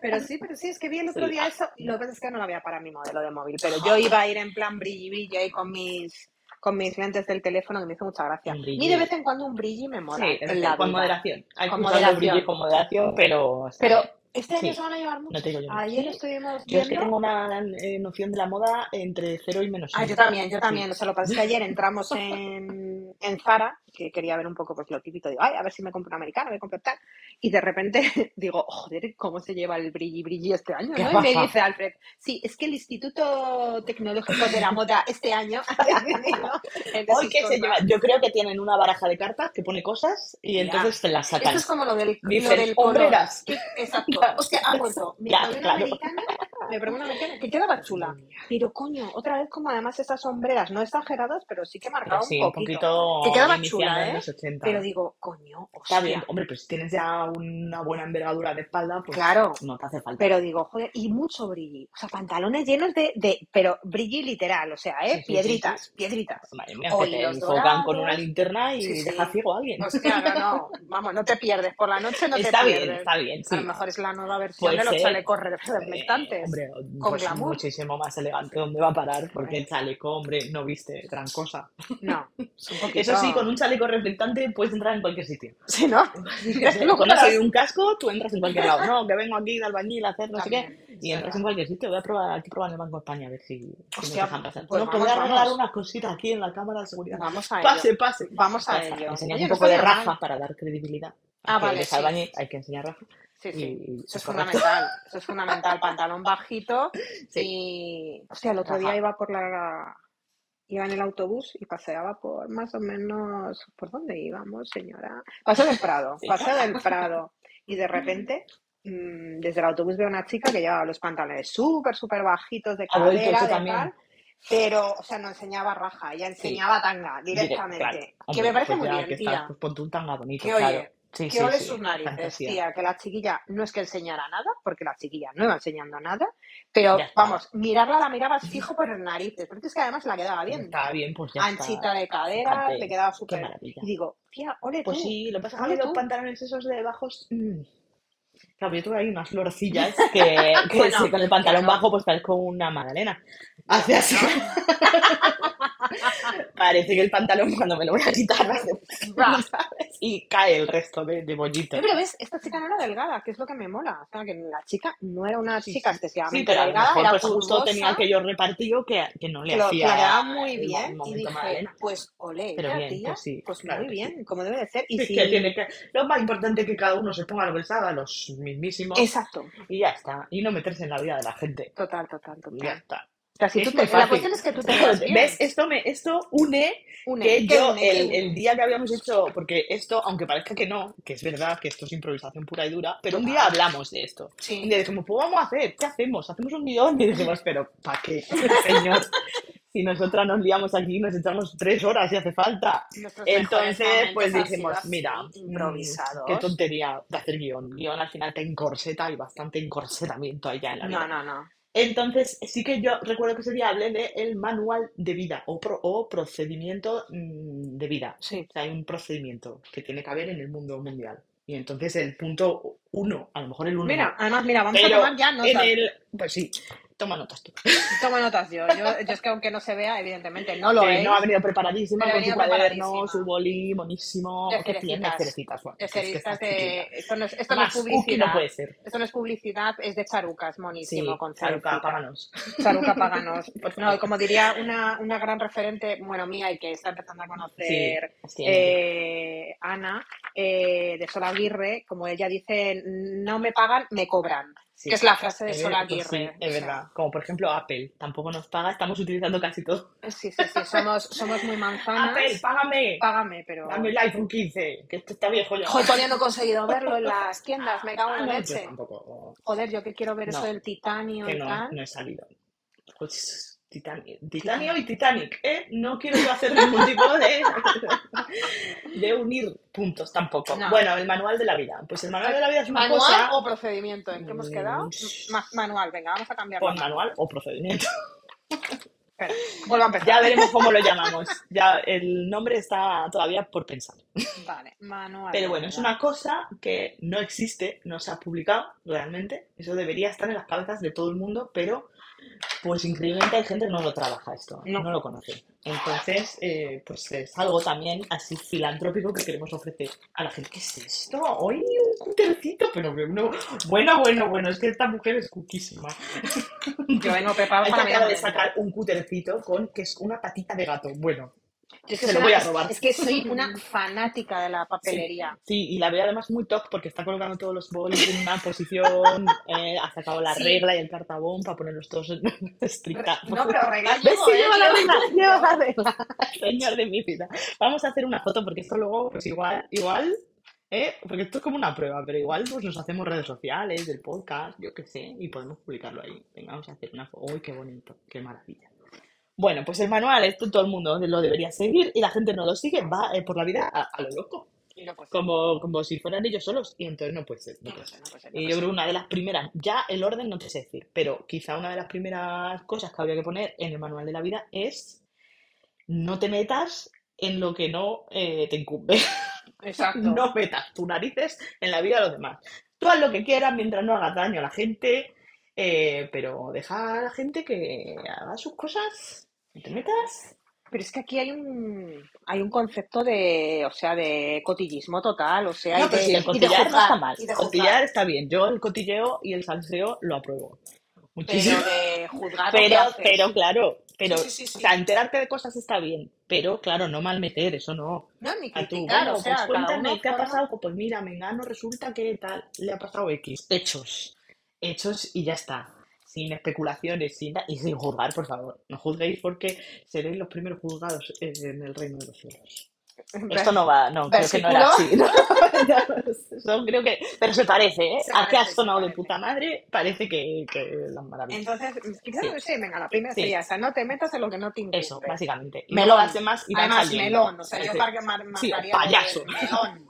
Pero sí, pero sí, Ah. es que vi el otro Sí, día ah, eso. Lo que pasa es que no lo había para mi modelo de móvil, pero yo joder, iba a ir en plan brilli brilli ahí con mis, con mis lentes del teléfono que me hizo mucha gracia. un A mí de vez brilli. en cuando un brilli me Sí, mola de vez en en- la con vida, moderación. Hay con que usar los brillis moderación. con moderación, pero está Pero bien. este año se Sí, van a llevar no te muchos. digo yo nada. Ayer Sí, estuvimos yo es que viendo. tengo una eh, noción de la moda entre 0 y menos Ah, yo 1. también, yo Sí. también. O sea, lo que pasa es que ayer entramos en, en Zara, que quería ver un poco pues lo típico. Digo, ay, a ver si me compro una americana, me compro tal. Y de repente digo, joder, ¿cómo se lleva el brilli brilli este año, ¿Qué no? Y me pasa? dice Alfred, sí, es que el Instituto Tecnológico de la Moda este año ha decidido el de Hoy sus que se cosas. lleva, yo creo que tienen una baraja de cartas que pone cosas y Tía, entonces te las esto sacan. es como lo del, lo Dicen, del color. hombreras. ¿Qué? Exacto. Claro, Hostia, ha puesto, me claro, probé una claro. americana, me probé una americana que quedaba Madre chula. mía. Pero coño, otra vez como además estas sombreras, no exageradas, pero sí que Pero marcaba un sí, un poquito. Que poquito quedaba iniciando chula, en ¿eh? los 80. Pero digo, coño, Está bien, hostia, hombre, pues si tienes ya una buena envergadura de espalda, pues claro. no te hace falta. Pero digo, joder, y mucho brilli. O sea, pantalones llenos de, de, pero brilli literal, o sea, Sí, ¿eh? sí, sí, sí. Piedritas, piedritas. Madre mía, O que te hilos enfocan con una dorados. linterna Sí, y deja sí. ciego a alguien. Hostia, Pues no, no. Vamos, no te pierdes. Por la noche no te Está bien, pierdes. está bien, A lo sí. mejor es la nueva versión Puede de los ser. chalecos eh, reflectantes. Hombre, con pues glamour. muchísimo más elegante dónde va a parar, porque Hombre. el chaleco, hombre, no viste gran cosa. No, es un poquito... Eso sí, con un chaleco reflectante puedes entrar en cualquier sitio. Sí, ¿no? O sea, Con eso y un casco, tú entras en cualquier lado. No, que vengo aquí de albañil a hacer no sé También, qué. es Y entras verdad. en cualquier sitio. Voy a probar, hay que probar en el Banco de España a ver si, si nos Hostia, dejan pasar. pues Nos vamos, podría regalar vamos. unas cositas aquí en la cámara de seguridad. Vamos a ello. Pase, pase. Vamos a Ya está, ello. Enseñas Oye, un no poco de estaría mal. raja para dar credibilidad. Ah, Que vale, eres sí. albañil, hay que enseñar raja. Sí, Y, sí. y Eso es es correcto. fundamental. Eso es fundamental. Pantalón bajito Sí. y... Hostia, el otro día Raja. iba por la... Iba en el autobús y paseaba por más o menos... ¿Por dónde íbamos, señora? Paseo del Prado. Paseo Señora. del Prado. Y de repente... mm, Desde el autobús veo a una chica que llevaba los pantalones súper, súper bajitos, de Ha vuelto cadera, eso de tal, también. pero, o sea, no enseñaba raja, ella Sí. enseñaba tanga Diré, claro. directamente. Que me Hombre, parece pues muy ya que bien, estás, tía. pues ponte un tanga bonito, Que claro. oye, Sí, que sí, ole sus sí. narices, Fantasía. tía, que la chiquilla no es que enseñara nada, porque la chiquilla no iba enseñando nada, pero Ya está. vamos, mirarla la mirabas fijo por las narices, porque es que además la quedaba Pues bien. estaba bien, pues ya está. Anchita de cadera, le Fíjate, quedaba qué súper. maravilla. Y digo, tía, ole Pues tú, sí, lo que pasa es que a mí ole los tú. pantalones esos de bajos. mm, Claro, yo tuve ahí unas florcillas que, que Bueno, sí, con el pantalón claro, bajo, pues parezco una magdalena. ya Hace así. bueno. Parece que el pantalón, cuando me lo voy a quitar, hace. Va. ¿Sabes? Y cae el resto de, de Eh, bollito. Pero ves, esta chica no era delgada, que es lo que me mola. O sea, que la chica no era una Sí, chica sí. Sí, excesivamente pero a lo delgada, mejor, era pues justo tenía curvosa, aquello repartido que, que no le que, lo- que la quedaba hacía muy el, mo- el bien. Y momento dije, magdalena. pues ole Pero ella, bien, tía, pues sí, pues claro muy que sí. bien, como debe de ser. Y Es que tiene si. que. Lo más importante es que cada uno se ponga lo que les haga, los mismísimos, Exacto. y ya está. Y no meterse en la vida de la gente. Total, total, Y ya total. está. O sea, si Que tú es muy te- La cuestión fácil. es que tú Ah. te veas ¿Ves? bien. Esto me, esto une Une, que ¿qué yo une? ¿Qué el, une? el día que habíamos hecho, porque esto, aunque parezca que no, que es verdad que esto es improvisación pura y dura, pero un día Total. hablamos de esto. Un Sí. día dijimos, pues vamos a hacer, ¿qué hacemos? Hacemos un guión y dijimos, pero ¿para qué? Señor, si nosotras nos liamos aquí, nos echamos tres horas si hace falta. Nuestros mejores Entonces, pues momentos han sido dijimos, mira, así, mm, qué improvisados. tontería de hacer guión. Guión al final te encorseta y bastante encorsetamiento allá en la No, vida. no, no. Entonces, sí que yo recuerdo que ese día hablé de el manual de vida o, pro- o procedimiento mm, de vida. Sí. O sea, hay un procedimiento que tiene que haber en el mundo mundial. Y entonces el punto uno, a lo mejor el uno Mira, no, además, mira, vamos a Mm. pero tomar ya en notas. el... Pues sí, toma notas tú. Tomo notas yo. Yo, yo es que aunque no se vea, evidentemente no lo Que no ha veis, venido pero preparadísima he con su venido cuaderno, preparadísima. su boli, De buenísimo. ¿Qué tiene? cerecitas. Cerecitas. Bueno, De es que cerecitas estás chiquilla. de... Esto no es, esto no es Más cookie no publicidad. puede ser. Esto no es publicidad, es de charucas, monísimo, Sí, con Charuca, cerecitas. páganos. Charuca Paganos. Por No, y favor. como diría una, una gran referente, bueno, mía y que está empezando a Sí, conocer hostia, ya. eh, Ana, eh, de Sol Aguirre, como ella dice, no me pagan, me cobran, que es Sí, la frase de es Sol ver- pues sí, Aguirre. O es sea, verdad. Como por ejemplo Apple, tampoco nos paga, estamos utilizando casi todo. sí, sí, sí, somos, somos muy Apple, manzanas, págame, dame págame, pero... el iPhone 15, que esto está viejo ya. Joder, todavía no he conseguido verlo en las tiendas, me cago en Ah, la no, yo leche. tampoco. Joder, yo que quiero ver eso No, del titanio que y no, Mm. tal. no he salido. Pues, Titanic, Titanio Titanio. y Titanic, ¿eh? No quiero yo hacer ningún tipo de, de unir puntos tampoco. No. Bueno, el manual de la vida. Pues el manual de la vida es una ¿Manual cosa, o procedimiento? ¿En qué hemos quedado? mm, M- ma- manual, venga, vamos a cambiarlo a pues manual. manual o procedimiento. Espera, vuelvo a empezar. Pues Ya veremos cómo lo llamamos. Ya el nombre está todavía por pensar. Vale, manual Pero de la bueno, es vida. una cosa que no existe, no se ha publicado realmente. Eso debería estar en las cabezas de todo el mundo, pero pues increíblemente hay gente que no lo trabaja esto, ¿eh? No, no lo conoce. Entonces, eh, pues es algo también así filantrópico que queremos ofrecer a la gente. ¿Qué es esto? Hoy un cutercito, pero bueno, bueno, bueno, bueno, es que esta mujer es cuquísima. yo vengo preparado Alguien para mi acaba de hambrenta. sacar un cutercito con que es una patita de gato. Bueno, Yo es que, se soy lo una, voy a es, robar. es que soy una fanática de la Sí, papelería. sí, y la veo además muy top porque está colocando todos los bolis en una posición, eh, ha sacado la Sí, regla y el cartabón para ponerlos todos en re- estricta. no, pero regla ¿Ves llevo, si ¿eh? lleva la Llevo, regla? Lleva llevo. la regla, señor de mi vida. Vamos a hacer una foto porque esto luego, pues igual, igual, ¿eh? Porque esto es como una prueba, pero igual pues nos hacemos redes sociales, el podcast, yo qué sé, y podemos publicarlo ahí. Venga, vamos a hacer una foto. Uy, qué bonito, qué maravilla. Bueno, pues el manual, esto todo el mundo lo debería seguir y la gente no lo sigue, va eh, por la vida a a lo loco Y no puede ser, como, como si fueran ellos solos, y entonces no puede ser, no no puede puede ser, ser. no puede ser, no Y puede yo ser. creo que una de las primeras, ya el orden no te sé decir, pero quizá una de las primeras cosas que habría que poner en el manual de la vida es no te metas en lo que no eh, te incumbe. Exacto. No metas tus narices en la vida de los demás. Tú haz lo que quieras mientras no hagas daño a la gente Eh, pero deja a la gente que haga sus cosas, no te metas. Pero es que aquí hay un, hay un concepto de, o sea, de cotillismo total, o sea, No, y pero si de, el y de cotillar no está juzgar, mal. y de juzgar, Cotillar está bien. Yo el cotilleo y el salseo lo apruebo. Muchísimo. pero de juzgar Pero, pero audaces. claro, Sí, pero, sí, sí, o sea, sí. enterarte de cosas está bien, pero claro, no mal meter, eso no. No, ni A tú, criticar, bueno, o pues sea, cada uno cuéntame, ¿qué ha forma. pasado? Pues mira, Mengano resulta que tal, le ha pasado X. Hechos. Hechos y ya está. Sin especulaciones, sin na- y sin juzgar, por favor. No juzguéis porque seréis los primeros juzgados en el reino de los cielos. Esto no va, no, creo que no era Versículo. así, ¿no? Eso creo que, pero se parece, ¿eh? Se A que ha parece, se sonado de parece. puta madre, parece que, que las maravillas. Entonces, quizás, Sí, sí, venga, la primera sí, sería esa, no te metas en lo que no te eso, incumbe. básicamente. Y luego las pues, Melón. demás irán Además, saliendo. melón. O sea, yo Ese- mar- mar- Sí, o marcaría lo payaso. del melón.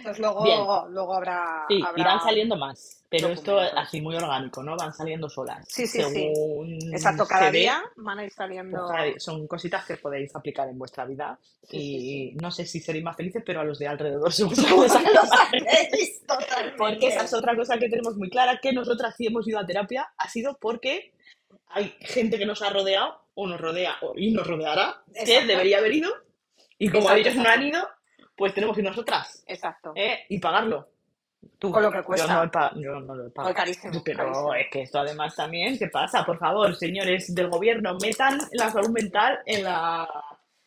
Entonces Bien, luego, luego habrá, sí, irán habrá saliendo más, pero esto así documentos. muy orgánico, ¿no? Van saliendo solas. Sí, sí, sí. Según Exacto, se cada ve, día van a ir pues cada saliendo. día- son cositas que podéis aplicar en vuestra vida Sí, sí, sí. y no sé si seréis más felices, pero a los de alrededor seguro que Lo sacará más felices. sabréis Porque esa es totalmente. otra cosa que tenemos muy clara, que nosotras sí hemos ido a terapia, ha sido porque hay gente que nos ha rodeado o nos rodea o- y nos rodeará, que Exacto, debería haber ido, y como exacto, ellos no han exacto, ido, pues tenemos que ir nosotras, exacto. ¿eh? Y pagarlo. Con Tú, lo que yo no, he cuesta. pa- yo no lo he Hoy pagado. carísimo, Pero eh, carísimo. es que esto además también, ¿qué pasa? Por favor, señores del gobierno, metan la salud mental en la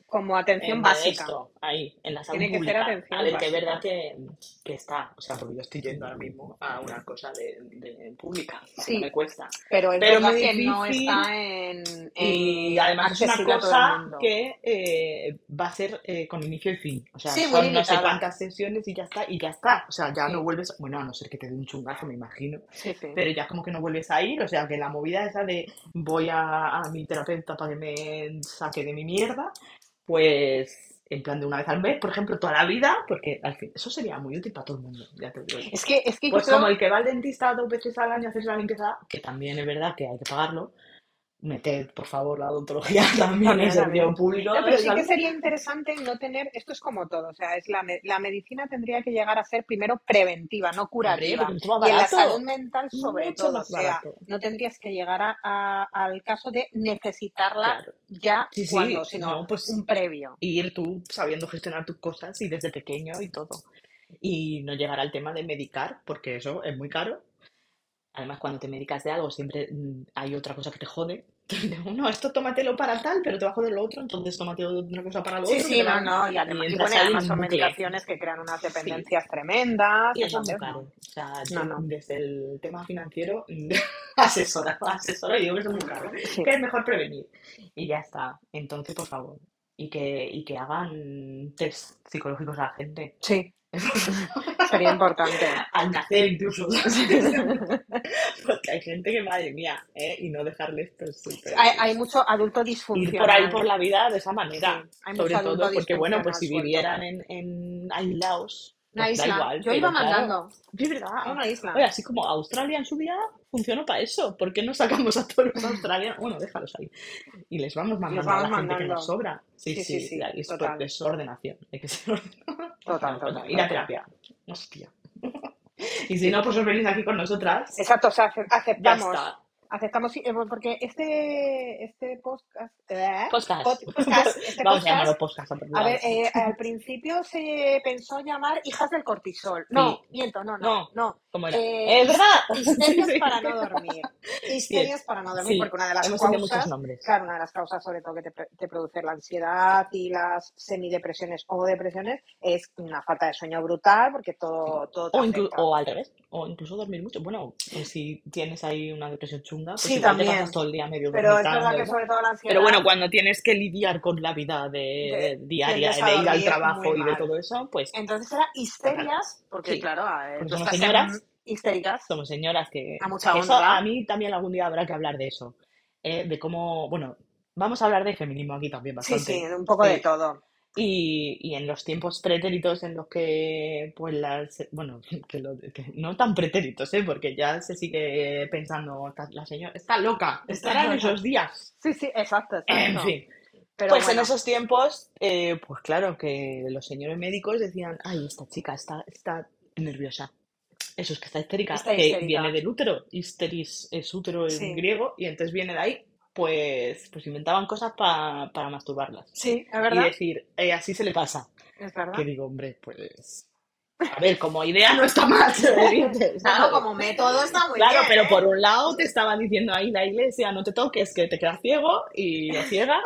Como atención en de básica. esto, ahí, en la salud Tiene que ser pública, a atención ver que es verdad básica. que, que está, o sea, porque yo estoy yendo ahora mismo a una cosa de, de pública, no me Sí, cuesta, pero es pero muy verdad que no está difícil en, y eh, además es una accesible a todo el cosa mundo. que eh, va a ser eh, con inicio y fin, o sea, Sí, muy son no sé limitada. cuántas sesiones y ya está, y ya está, o sea, ya no Sí, vuelves, bueno, a no ser que te dé un chungazo, me imagino, sí, sí. pero ya como que no vuelves a ir, o sea, que la movida esa de voy a, a mi terapeuta para que me saque de mi mierda, pues en plan de una vez al mes, por ejemplo, toda la vida, porque al fin, eso sería muy útil para todo el mundo, ya te digo yo. Es que, es que yo Pues como creo, el que va al dentista dos veces al año a hacerse la limpieza, que también es verdad que hay que pagarlo, meted, por favor, la odontología también en También, servicio también. público No, pero de sí que salud. sería interesante no tener, esto es como todo, o sea, es la, me- la medicina tendría que llegar a ser primero preventiva, no Hombre, curativa, porque es más y en la salud barato, mental sobre mucho todo, o más sea, barato. no tendrías que llegar a- a- al caso de necesitarla Claro. ya Sí, cuando, sí, sino no, pues un previo. ir tú sabiendo gestionar tus cosas y desde pequeño y todo. Y no llegar al tema de medicar, porque eso es muy caro. Además, cuando te medicas de algo, siempre mm, hay otra cosa que te jode. No, esto tómatelo para tal, pero te va a joder lo otro, entonces tómate otra cosa para lo Sí, otro que sí, te no, va... no, y, Y además, y entras bueno, y ahí en además un son bucle. medicaciones que crean unas Sí. dependencias tremendas, Y eso es muy entonces caro. no, O sea, no, yo no. desde el tema financiero asesora, asesora y digo que eso es muy caro. Sí, Que es mejor prevenir. Y ya está. Entonces, por favor. Y que, y que hagan test psicológicos a la gente. sí, sería importante. Al nacer incluso. Porque hay gente que, madre mía, ¿eh? y no dejarles pues, Hay, súper- hay mucho adulto ir por ahí disfuncional. por la vida de esa manera. Sí, hay mucho Sobre adulto todo porque, bueno, pues disfuncional si suelto. vivieran en, en aislados, Una pues da isla. igual, Yo iba pero claro, mandando es verdad. a una Oye, isla. así como Australia en su día funcionó para eso, ¿por qué no sacamos a todos los australianos? Bueno, déjalos ahí. Y les vamos Los mandando a vamos la gente que nos mandando. sobra. Sí, Sí, sí, sí, sí. es, por- Total. es ordenación. Hay que ser ordenado. Pues Total, no, pues no, total, ir a total. terapia. Hostia. Y si Sí. no, pues os venís aquí con nosotras. Exacto, o sea, ace- Ya aceptamos. está. Aceptamos, sí, eh, porque este, este podcast, ¿eh? Podcast. Pod- podcast, Vamos a este podcast, llamarlo podcast a partir de a ver, ahora. eh, al principio se pensó llamar Hijas del Cortisol. Sí. No, miento, no, no, No, no. ¿cómo era? Es Eh, his- verdad. Sí, histerias para no sí. dormir. Bien, Histerias para no dormir, sí. porque una de las Hemos tenido muchos causas, nombres. claro, una de las causas sobre todo que te, pre- te produce la ansiedad y las semidepresiones o depresiones es una falta de sueño brutal, porque Sí. todo, todo te O, inclu- afecta. o al revés, o incluso dormir mucho. Bueno, eh, si tienes ahí una depresión chunga, pues Sí, igual te pasas también. todo el día medio Pero es verdad dormitando que y tal. sobre todo la Pero ansiedad bueno, cuando tienes que lidiar con la vida de- de, diaria, tiendes eh, a de ir al dormir muy trabajo y de mal. todo eso, pues Entonces era fatal. histerias, porque Sí, claro, eh, porque tú somos estás en señoras, histéricas somos señoras que, a mucha que eso a honra. mí también algún día habrá que hablar de eso. eh, de cómo, bueno, vamos a hablar de feminismo aquí también Sí, sí, bastante. un poco de Sí. todo. Y, y en los tiempos pretéritos en los que, pues, las, bueno, que, lo- que no tan pretéritos, ¿eh? Porque ya se sigue pensando, "Esta- la señora está loca, estará en esos días. Sí, sí, exacto, En exacto. fin. Pero Pues en bueno, esos tiempos, eh, pues claro, que los señores médicos decían, ay, esta chica está, está nerviosa. Eso es que está histérica, Está que histérica. viene del útero. Histeris es útero en Sí. griego y entonces viene de ahí, pues, pues inventaban cosas pa- para masturbarlas. Sí, Y es verdad. decir, eh, así se le pasa. Es verdad. Que digo, hombre, pues... A ver, como idea no está mal, se me dice, Claro, ¿sabes? como método está muy Claro, bien. pero ¿eh? por un lado te estaba diciendo ahí la iglesia, no te toques, que te quedas ciego y lo ciega,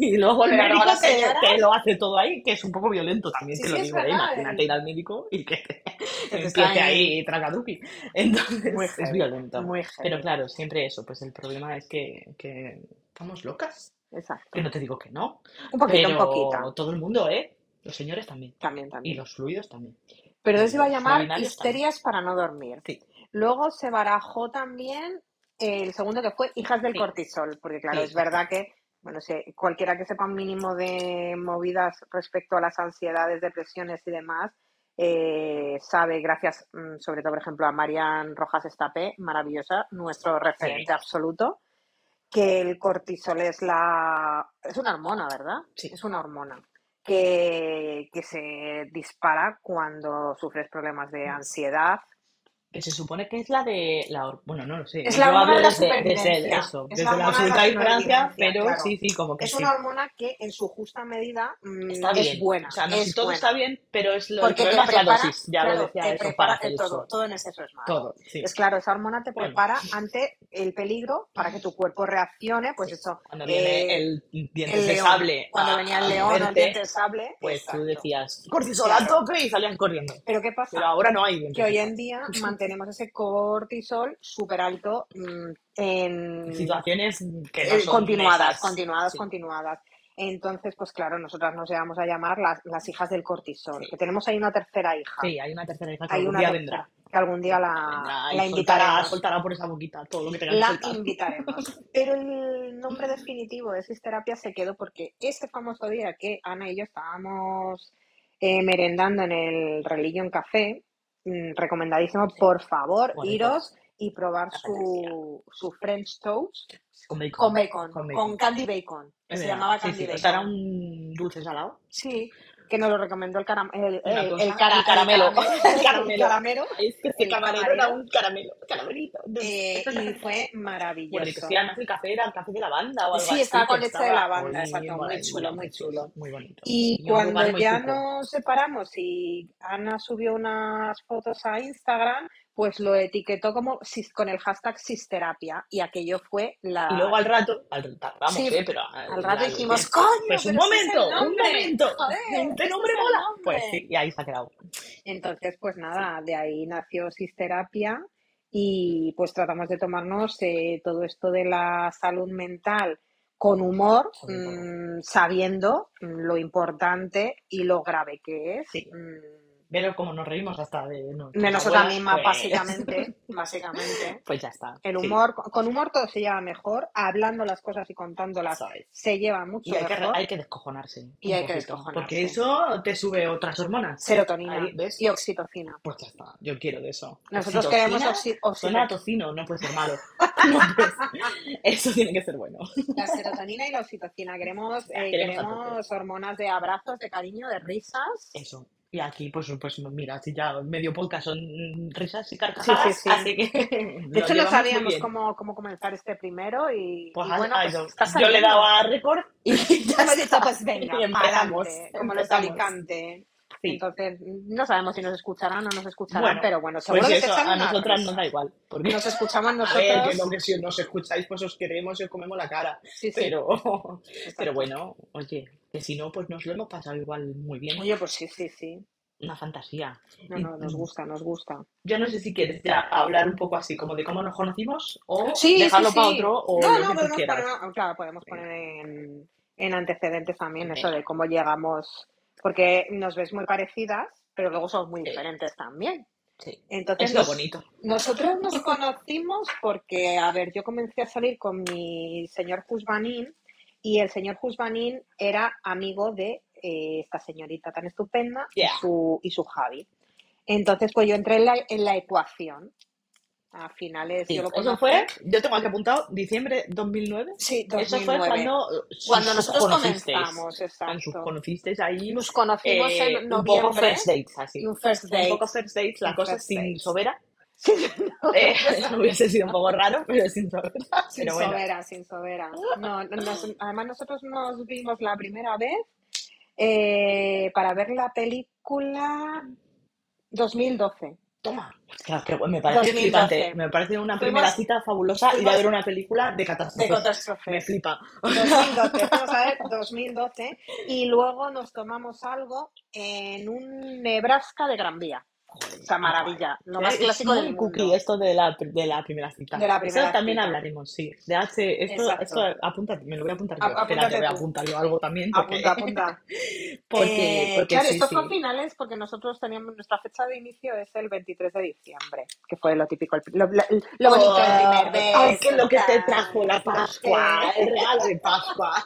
y luego el Pero luego médico las te, señoras- te lo hace todo ahí, que es un poco violento también, Sí, te sí, lo es digo, ¿eh? verdad, imagínate el- ir al médico y que te, Que te empiece está ahí- ahí tracaduqui. Entonces Muy es heavy, violento. muy heavy. Pero claro, siempre eso, pues el problema es que, que estamos locas, Exacto. que no te digo que no, Un poquito, un pero poquito. todo el mundo, ¿eh? Los señores también, También, y también. los fluidos también. Pero y eso iba a los llamar vaginales histerias para no dormir. Sí. Luego se barajó también el segundo que fue hijas del Sí. cortisol, porque claro, Sí. es verdad que, bueno, si cualquiera que sepa un mínimo de movidas respecto a las ansiedades, depresiones y demás, eh, sabe, gracias mm, sobre todo, por ejemplo, a Marian Rojas Estapé, maravillosa, nuestro referente absoluto, que el cortisol es la... es una hormona, ¿verdad? Sí. Es una hormona que, que se dispara cuando sufres problemas Mm. de ansiedad. Que se supone que es la de la hor- bueno no lo sé Es yo la hormona hablo de la desde, desde el- supervivencia. eso Es la desde la hormona de la absoluta ignorancia supervivencia, pero claro. sí sí como que Es sí una hormona que en su justa medida mm, está bien es buena. o sea no es si todo buena. está bien pero es lo, el porque te problema es la prepara, dosis ya claro, lo decía te eso prepara para en todo, todo en exceso es malo. todo sí Es claro, esa hormona te Bueno. prepara ante el peligro para que tu cuerpo reaccione, pues Sí. eso, cuando eh, viene el diente el de león. sable Cuando a- venía el a león o el morderte, diente de sable, pues exacto. tú decías cortisol a Claro. tope y salían corriendo Pero ¿qué pasa? pero ahora no hay diente que de hoy sable. en día mantenemos ese cortisol súper alto mm, en situaciones que no eh, son continuadas, esas. continuadas, Sí. continuadas. Entonces, pues claro, nosotras nos llevamos a llamar las, las hijas del cortisol, Sí. que tenemos ahí una tercera hija. Sí, hay una tercera hija que Hay algún una día tercera, vendrá. que algún día la, Vendrá y la soltará, invitaremos. soltará por esa boquita todo lo que tenga que La soltar. invitaremos. Pero el nombre definitivo de Sisterapia se quedó porque ese famoso día que Ana y yo estábamos eh, merendando en el Religion Café, mm, recomendadísimo, por favor, Por favor. iros y probar su, su French Toast Con bacon. con bacon, Con con, bacon. candy bacon. que Es se verdad. llamaba Sí, candy sí. bacon. O sea, era un dulce salado. Sí, que nos lo recomendó el, caram- el, Una el- el cosa. cara- el caramelo. El caramelo. el caramelo. Es que este El camarero camarero. era un caramelo. Caramelito. eh, y fue Bueno, y que maravilloso. si además el café era el café de lavanda o algo Sí, así. estaba con que leche de lavanda, muy exacto, muy mola- chulo, mola, muy precioso, chulo. Muy bonito. Y Y Pues un lugar cuando muy ya cuco. nos separamos y Ana subió unas fotos a Instagram, pues lo etiquetó como sis- con el hashtag Sisterapia y aquello fue la... Y luego al rato, al, tardamos, Ah. Sí, ¿eh? Pero al rato dijimos, diez, coño, pues un pero si es el momento, un nombre, momento, joder, ¿qué nombre ese es el mola? nombre. Pues sí, y ahí se ha quedado. Entonces, pues nada, de ahí nació Sisterapia y pues tratamos de tomarnos eh, todo esto de la salud mental con humor, Con humor. mm, sabiendo mm, lo importante y lo grave que es. Sí. mm, Pero como nos reímos hasta de nuestras de nosotras abuelas, mismas, pues... básicamente, básicamente. pues ya está. El sí. humor, con- con humor todo se lleva mejor, hablando las cosas y contándolas Eso es. se lleva mucho Y hay que, mejor. hay que descojonarse. Y un hay poquito, que descojonarse. Porque eso te sube otras hormonas. Serotonina Ahí, ¿ves? y oxitocina. Pues ya está, yo quiero de eso. Nosotros Oxitocina, queremos oxi- Suena oxitocina. a tocino, no puede ser malo. No puede ser- Eso tiene que ser bueno. La serotonina y la oxitocina. Queremos, eh, Queremos a tope. queremos hormonas de abrazos, de cariño, de risas. Eso. Y aquí, pues, pues mira, si ya medio podcast son risas y Sí, sí, carcajadas, sí. así que De lo llevamos hecho, no muy sabíamos bien. cómo, cómo comenzar este primero y, Pues y has- bueno, has- pues está yo le saliendo. daba récord y ya Hemos dicho, está. pues venga, Y empezamos, adelante, como los de empezamos. Alicante. Sí. Entonces, no sabemos si nos escucharán o no nos escucharán, Bueno, pero bueno, seguro pues que se eso, echan a una nosotras nos da igual. Porque, Nos escuchamos a ver, que nosotros. no que si nos escucháis, pues os queremos y os comemos la cara. Sí, sí. Pero, pero exacto. bueno, oye, que si no, pues nos lo hemos pasado igual muy bien. Oye, pues sí, sí, sí. Una fantasía. No, Y, no, nos gusta, nos gusta. Yo no sé si quieres ya hablar un poco así, como de cómo nos conocimos, o Sí, sí, dejarlo sí. para otro, o lo que no, no, tú podemos poner, quieras. claro, podemos Venga. poner en, en antecedentes también eso Venga. de cómo llegamos, porque nos ves muy parecidas, pero luego somos muy Sí. diferentes también. Sí. Entonces, Es lo nos- bonito. nosotros nos conocimos porque, a ver, yo comencé a salir con mi señor Juzbanín y el señor Juzbanín era amigo de eh, esta señorita tan estupenda y Yeah. su, y su Javi. Entonces, pues yo entré en la, en la ecuación a finales. Sí, yo lo Eso conocí- fue, yo tengo aquí apuntado, diciembre 2009. Sí, Eso fue 2009. cuando, Cuando nosotros Estamos, Cuando sus exacto. conocisteis ahí. Nos conocimos eh, en un poco noviembre first dates, así. y un first Un date. poco first dates, la Un cosa first sin date. sobera. Eh, eso hubiese sido un poco raro, pero sin sobera. Sin Pero bueno. sobera, sin sobera. No, no, nos- además nosotros nos vimos la primera vez eh, para ver la película 2012. Toma. Claro, que me parece 2012. flipante. Me parece una Fuimos- primera cita fabulosa ir a fuimos- ver una película de De catástrofes. catástrofe. Me flipa. 2012, vamos a ver, 2012. Y luego nos tomamos algo en un Nebraska de Gran Vía. O sea, maravilla. Lo más Es clásico muy del cookie mundo. esto de la, de la primera cita. De la Eso primera también cita. hablaremos, sí. De H, esto, Exacto. esto apúntate, me lo voy a apuntar yo. A- Espérate, apúntate voy a tú. apuntar yo algo también porque, Apunta, apunta. porque, Eh, porque claro, sí, esto fue a sí. finales porque nosotros teníamos nuestra fecha de inicio es el 23 de diciembre, que fue lo típico, el- lo, lo- lo bonito del primer Oh, ay, beso. qué es lo que te tal, trajo la no sé Pascua, qué. el regalo de Pascua.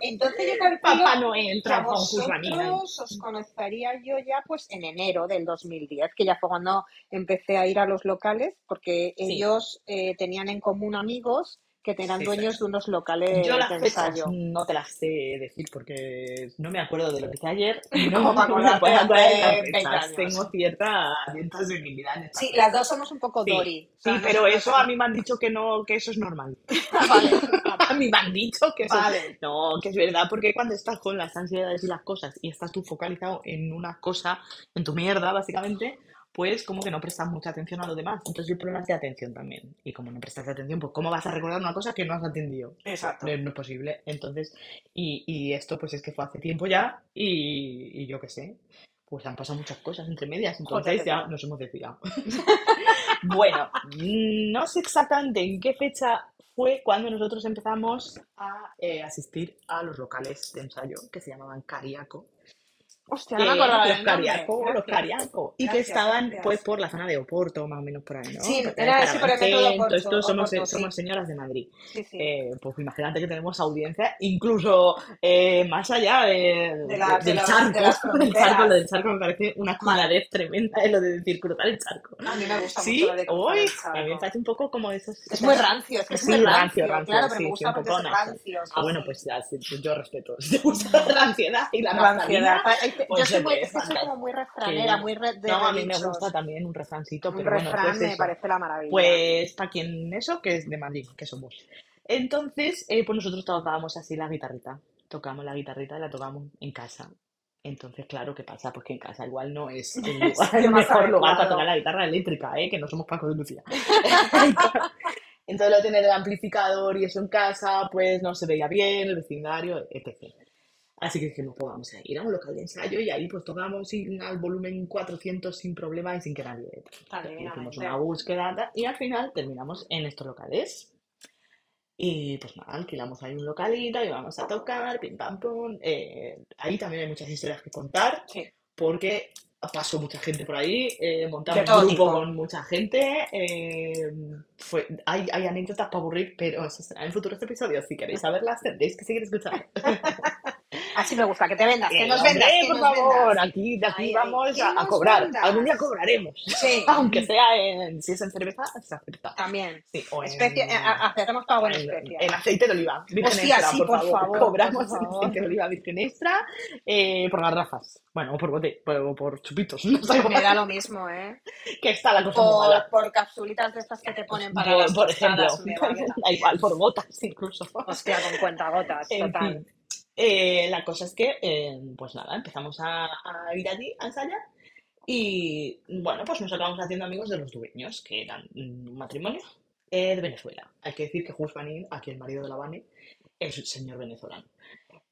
Entonces yo calculo Papá Noel que a trajo sus ramitas. vosotros os conocería yo ya pues en enero del 2010, que ya fue cuando empecé a ir a los locales, porque ellos eh, tenían en común amigos que eran Sí, dueños de unos locales Yo las de fechas ensayo. Eh, no te las sé decir porque no me acuerdo de lo que hice ayer y no Como para me puedo acordarte acordar de las hace 20 fechas. años. Tengo cierta, cierta sensibilidad en estas Sí, cosas. las dos somos un poco Sí, Dory. O sea, sí, no- pero no- eso a mí me han dicho que no, que eso es normal. Vale, A mí me han dicho que eso... vale. No, que es verdad, porque cuando estás con las ansiedades y las cosas y estás tú focalizado en una cosa, en tu mierda, básicamente, pues como que no prestas mucha atención a lo demás. Entonces el problema es de atención también. Y como no prestas atención, pues ¿cómo vas a recordar una cosa que no has atendido? Exacto. No, no es posible. Entonces, y, y esto pues es que fue hace tiempo ya y, y yo qué sé, pues han pasado muchas cosas entre medias. Entonces Jódete, ya tío. nos hemos desviado. Bueno, mm, no sé exactamente en qué fecha fue cuando nosotros empezamos Ah, a eh, asistir a los locales de ensayo que se llamaban Cariaco. Hostia, no me Eh, acordaba los del nombre. Cariaco, los Gracias. Cariaco. Y que Gracias, estaban gracias. pues por la zona de Oporto, más o menos por ahí, ¿no? Sí, Por era así por el método de Caravaggio, todo Oporto, esto somos, Oporto, sí. somos señoras de Madrid. Sí, sí. Eh, pues imagínate que tenemos audiencia incluso eh, más allá de- De, de- la, de, del los, de charco, las del charco, lo fronteras. del charco me parece una cuadradez tremenda, eh, lo de decir cruzar el charco. A mí me gusta mucho Sí, la de cruzar hoy el a mí me charco. parece un poco como esos, Es muy esas rancio, es que es eso es muy el rancio, rancio, rancio, claro, pero me sí, sí, gusta un porque poco es nacho. rancio, Ah, sí, bueno, sí. pues ya, sí, yo respeto. Si te gusta la ansiedad y la Ranciedad. naftalina, Ay, te- Yo pues soy muy, oye, es que soy como fantástico. muy refranera, Que- muy re- de No, a mí me gusta dichos. también un refrancito, Un pero bueno, pues refrán me eso. parece la maravilla. Pues para quien eso, que es de Madrid, que somos. Entonces, eh, pues nosotros tocábamos así la guitarrita. Tocamos la guitarrita y la tocamos en casa. Entonces, claro, ¿qué pasa? Pues que en casa igual no es el, El lugar- el sitio más mejor lugar para tocar adecuado. la guitarra eléctrica, ¿eh? Que no somos Paco de Lucía. Entonces, lo de tener el amplificador y eso en casa, pues no se veía bien, el vecindario, etc. Así que dijimos, pues vamos a ir a un local de ensayo y ahí pues tocamos sin- al volumen 400 sin problema y sin que nadie... Hicimos una Divinamente. búsqueda ta- y al final terminamos en estos locales. Y pues nada, alquilamos ahí un localito y vamos a tocar, pim pam pum. Eh, ahí también hay muchas historias que contar Sí. porque pasó mucha gente por ahí, eh, De montamos todo grupo tipo. con mucha gente. eh, fue, hay, hay anécdotas para aburrir, pero eso será en futuros episodios. Si queréis saberlas, tendréis que seguir escuchando. Así me gusta, que te vendas, que Eh, nos hombre, vendas, que por nos favor, vendas. aquí, de aquí Ahí, ahí. vamos ¿Qué a, a nos cobrar. Algún día vendas? cobraremos. Sí, Aunque sea en, si es en cerveza, se acepta. también. Sí, o Especie, eh, en, a- hacemos pago en en, especie. Pues, en aceite de oliva, virgen Hostia, extra, sí, por por favor. favor, por Cobramos en favor. aceite de oliva virgen extra eh, por garrafas. Bueno, o por bote, por, o por chupitos, no sé cómo. Pues Me da lo mismo, ¿eh? Que está la cosa muy Por, mala. por capsulitas de estas que te ponen para Por, las por ejemplo, tostadas, me vale da también. igual, por gotas incluso. Hostia, con cuentagotas, En total. fin, eh, la cosa es que, eh, pues nada, empezamos a, a ir allí a ensayar y, bueno, pues nos acabamos haciendo amigos de los dueños, que eran mm, un matrimonio eh, de Venezuela. Hay que decir que Gus Vanin, aquí el marido de la Vane, es un señor venezolano.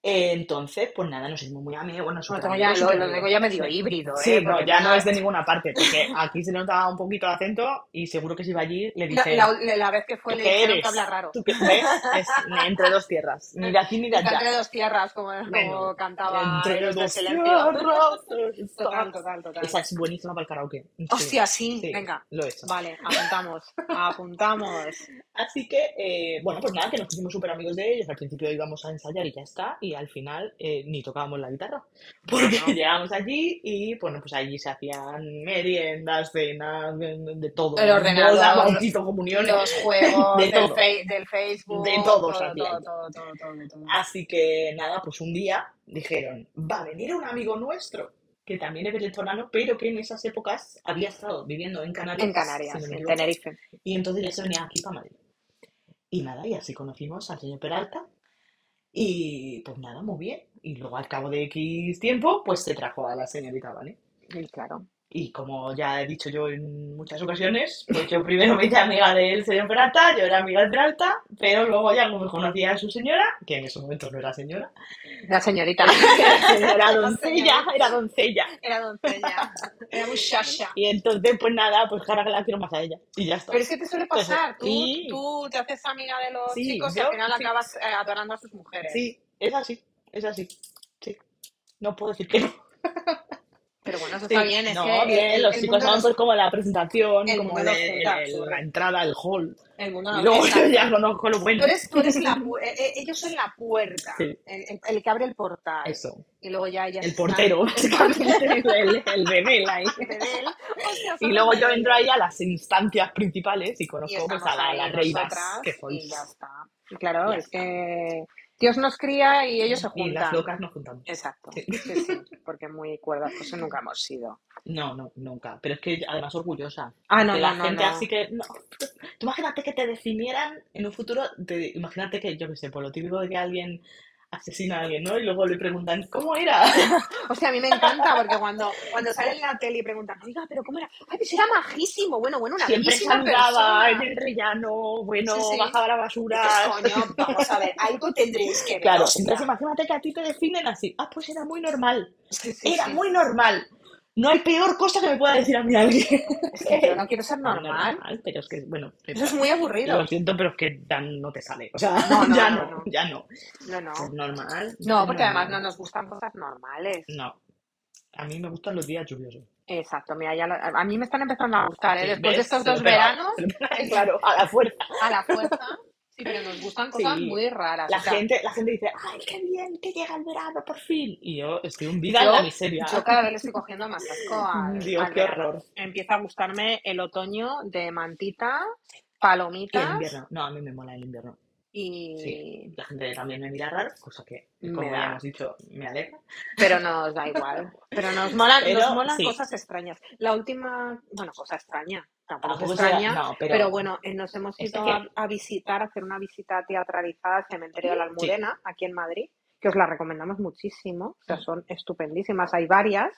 Eh, entonces, pues nada, nos hicimos muy amigos, bueno, Lo súper tengo ya, amigos, lo, súper lo tengo amigos. ya medio Sí. híbrido, ¿eh? Sí, no, Porque ya no una... es de ninguna parte, porque aquí se notaba un poquito de acento y seguro que si va allí le La, dicen, la- la vez que fue ¿tú le qué dijeron que eres? habla raro. ¿Tú qué ves? Es entre dos tierras, ni de aquí ni de Está allá. entre dos tierras, como, Bueno, como cantaba entre Héroes del dos Silencio. tierras Total, estás. total, total. Esa es buenísima para el karaoke. Sí, Hostia, sí, sí, venga. lo he hecho. Vale, apuntamos, apuntamos. Así que, eh, bueno, pues nada, que nos hicimos súper amigos de ellos. Al principio íbamos a ensayar y ya está. Y al final eh, ni tocábamos la guitarra. Porque llegábamos allí y, bueno, pues allí se hacían meriendas, cenas, de, de todo. El Bodas, ordenador, bautizos, comuniones, los juegos de del, todo. fe- del De Ah, Facebook, todo se todo, todo, hacía allí. todo, todo, todo, de todo. Así que nada, pues un día dijeron, va a venir un amigo nuestro, que también es venezolano, pero que en esas épocas había estado viviendo en En Canarias, si no Canarias, me en equivoco, Tenerife. y entonces ya se venía aquí para Madrid. Y nada, y así conocimos al señor Peralta, y pues nada, muy bien. Y luego al cabo de X tiempo, pues se trajo a la señorita, ¿vale? Y claro. Y como ya he dicho yo en muchas ocasiones, pues yo primero me hice amiga del señor Peralta, yo era amiga de Peralta, pero luego ya como conocía a su señora, que en ese momento no era señora, La señorita. era señora La doncella, señorita era doncella. era doncella, era muchacha. Y entonces, pues nada, pues ahora la quiero más a ella. Y ya está. Pero es que te suele Entonces, pasar, tú, y tú te haces amiga de los sí, chicos y al yo final sí, acabas eh, adorando a sus mujeres. sí, es así, es así. Sí, no puedo decir que no. Pero bueno, eso está Sí, bien, es que no, el, bien, el- los el chicos mundo saben nos, pues como la presentación, el como mundo el, nos el- junta, el- la absurdo. entrada, el hall. El mundo Y nos... luego yo Exacto. ya conozco lo Tú bueno. eres, tú eres la... pu- eh, eh, ellos son la puerta, Sí, el, el- el que abre el portal. eso. Y luego ya ellas El están... portero, El portero, básicamente, el, el, el bedel ahí. el bedel. Hostia, Y son los luego yo entro bedeles. ahí a las instancias principales y y conozco pues a estamos la, ahí las reivas que nosotras y ya sois. está. Y claro, Ya es está. que Dios nos cría y ellos se Y las juntan. locas nos juntamos. Exacto, Sí. sí, sí, porque muy cuerdas pues nunca hemos sido. No, no, nunca. Pero es que además orgullosa. Ah, no, Porque no, la no, gente así no. que. No. Tú imagínate que te definieran en un futuro. te- imagínate que, yo qué sé, por lo típico de que alguien asesina a alguien, ¿no? Y luego le preguntan, ¿cómo era? O sea, a mí me encanta porque cuando, cuando sale en la tele y preguntan, oiga, pero ¿cómo era? Ay, pues era majísimo, bueno, bueno, una Siempre bellísima saludaba en persona. Pues, el rellano, Sí, bueno, sí. bajaba la Dices, basura. coño, vamos a ver, algo tendréis que ver, Claro, entonces hostia. imagínate que a ti te definen así. Ah, pues era muy normal. Sí, sí, Era sí. muy normal. No hay peor cosa que me pueda decir a mí alguien. Es que yo no quiero ser Muy normal. normal, pero es que, bueno, Eso es neta, muy aburrido. lo siento, pero es que ya no te sale. O sea, No, no, ya no, no, no, ya no. no, Pues no. normal, no No, es porque además no normal. nos gustan cosas normales. No, a mí me gustan los días lluviosos. Exacto, mira, ya la- a mí me están empezando a gustar, ¿eh? Sí, Después de ¿ves? estos Se lo dos pegaba. veranos, Se lo pegaba, es- claro, a la fuerza. a la fuerza, sí, pero nos gustan cosas Sí, muy raras. O la sea, gente, la gente dice, ¡ay, qué bien que llega el verano, por fin! Y yo estoy hundida en la yo, yo miseria. Mm, cada vez le estoy cogiendo más asco al, Dios, al qué verano. horror. Empieza a gustarme el otoño de mantita, Y el palomitas invierno, no, a mí me mola el invierno. Sí, y la gente también me mira raro, cosa que, me como ya da. hemos dicho, me alegra. Pero nos da igual. Pero nos molan, nos Pero molan sí, cosas extrañas. La última, bueno, cosa extraña, tampoco es tampoco sea, extraña, no, pero pero bueno, eh, nos hemos es ido a, que a visitar, a hacer una visita teatralizada al cementerio de la sí, Almudena, aquí en Madrid, que os la recomendamos muchísimo. O sea, son estupendísimas, hay varias.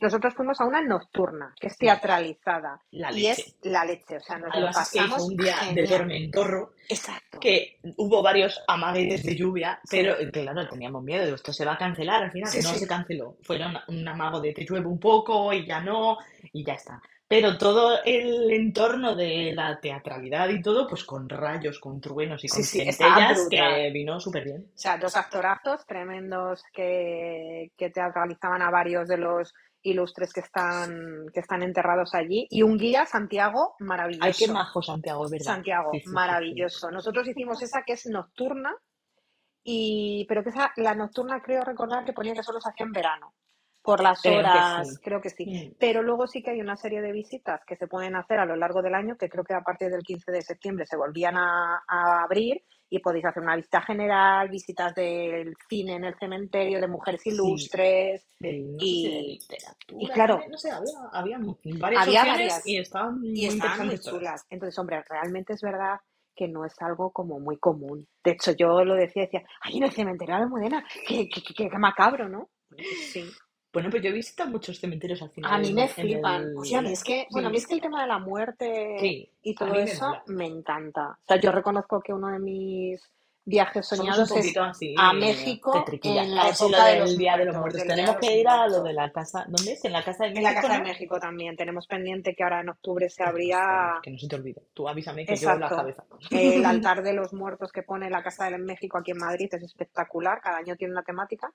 Nosotros fuimos a una nocturna, que es teatralizada, la y leche. es la leche, o sea, nos lo Además es que hizo pasamos un día de genial. tormentorro Exacto, que hubo varios amaguetes de lluvia, pero sí, eh, claro, teníamos miedo, digo, esto se va a cancelar al final, sí, no se sí. canceló, fueron un amago de te llueve un poco y ya no, y ya está. Pero todo el entorno de la teatralidad y todo, pues con rayos, con truenos y Sí, con sí, estaba centellas, brutal. que vino súper bien. O sea, dos actorazos tremendos que, que teatralizaban a varios de los ilustres que están, que están enterrados allí. Y un guía, Santiago, Ay, qué maravilloso. majo Santiago, es verdad. Sí, Santiago, sí, sí, sí. maravilloso. Nosotros hicimos esa que es nocturna, y, pero que esa, la nocturna creo recordar que ponía que solo se hacía en verano, por las Creo que horas, sí. creo que sí. Mm. Pero luego sí que hay una serie de visitas que se pueden hacer a lo largo del año, que creo que a partir del 15 de septiembre se volvían a, a abrir y podéis hacer una visita general, visitas del cine en el cementerio, de mujeres Sí, ilustres del- no sé si de y, y literatura claro, también, no sé, había, había mu- varias había opciones y varias estaban y muy estaban muy interesantes todas. chulas. Entonces, hombre, realmente es verdad que no es algo como muy común. De hecho, yo lo decía, decía, ay, en el cementerio de Almudena, qué, qué, qué- qué macabro, ¿no? Bueno, pues sí. Bueno, pues yo he visitado muchos cementerios al A final mí en me el, en flipan. O el sea, a mí verano. es que, bueno, a mí Sí, es que el tema de la muerte sí, y a todo mí me eso mola. me encanta. O sea, yo reconozco que uno de mis viajes Somos un soñados es poquito así a eh, México petriquillas. en A la ver si lo época de del los Día de los muertos, Muertos. del Día Tenemos de los que ir a lo de Muertos. la casa. ¿Dónde es? En la Casa de En la México, Casa de ¿no? México también tenemos pendiente que ahora en octubre se Pues por favor, abría que no se te olvide. Tú avísame que yo la Exacto. cabeza. El altar de los muertos que pone la Casa del México aquí en Madrid es espectacular, cada año tiene una temática.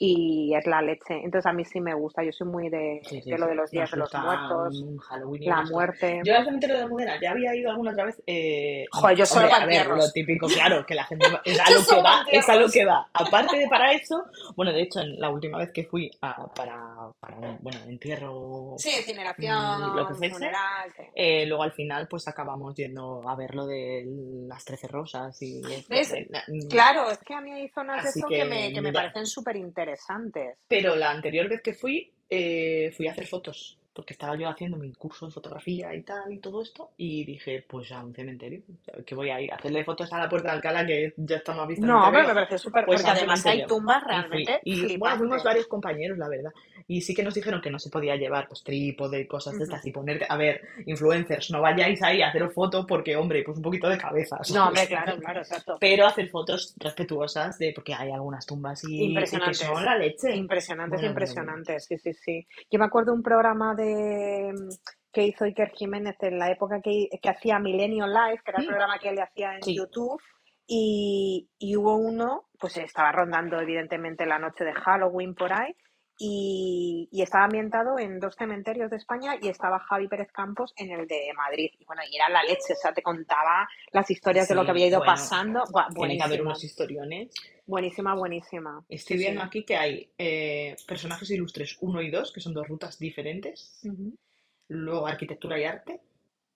y es la leche. Entonces a mí sí me gusta, yo soy muy de, Sí, sí, de lo sí. de los días Nos de los gusta muertos, un Halloween y la unas cosas. muerte. Yo al cementerio de Almudena ya había ido alguna otra vez. Eh... Joder, yo solo hombre, para a ver, entierros. lo típico, claro, que la gente va- es a Yo lo que solo va, para es a lo que va. Aparte de para eso, bueno, de hecho, en la última vez que fui a- para, para un, bueno, entierro, Sí, incineración, Mm, lo que fuese. funeral. sí. eh, luego al final pues acabamos yendo a ver lo de las trece rosas y... esto, ¿Ves? eh, na- mm, Claro, es que a mí hay zonas de Así eso que, que, me, que me mira. parecen súper interesantes. Pero la anterior vez que fui, eh, fui a hacer fotos, porque estaba yo haciendo mi curso de fotografía y tal y todo esto, y dije, pues a un cementerio, que voy a ir a hacerle fotos a la Puerta de Alcalá, que ya está más vista No, en pero TV. me parece súper, Pues porque a un además hay cementerio. tumbas Y, fui. realmente y bueno, fuimos flipantes. varios compañeros, la verdad. Y sí que nos dijeron que no se podía llevar pues trípode y cosas de Ujú. estas y poner, a ver, influencers, no vayáis ahí a hacer fotos porque, hombre, pues un poquito de cabeza. No, ¿sabes? hombre, claro, claro, exacto. Pero hacer fotos respetuosas de, porque hay algunas tumbas y, y que Impresionantes. son la leche. Impresionantes, Bueno, bueno, bueno. impresionantes, sí, sí, sí. Yo me acuerdo un programa de mm, que hizo Iker Jiménez en la época que, que hacía Millennium Live, que era el Mm. programa que él hacía en Sí. YouTube, y, y hubo uno, pues estaba rondando evidentemente la noche de Halloween por ahí, y, y estaba ambientado en dos cementerios de España y estaba Javi Pérez Campos en el de Madrid. Y bueno, y era la leche, o sea, te contaba las historias de lo que Sí, había ido bueno, pasando. Buah, Tiene que haber buenísima, unos historiones. buenísima, buenísima. Estoy Sí, sí. viendo aquí que hay eh, personajes ilustres 1 y 2, que son dos rutas diferentes. Ujú. Luego arquitectura y arte,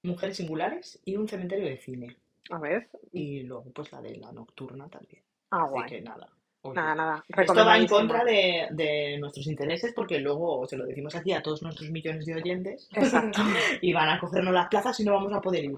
mujeres singulares y un cementerio de cine. A ver, Y luego pues la de la nocturna también. ah, Así guay. que nada, oye. Nada, nada, Esto va en recomendadísima. contra de, de nuestros intereses porque luego se lo decimos aquí a todos nuestros millones de oyentes Exacto. y van a cogernos las plazas y no vamos a poder ir.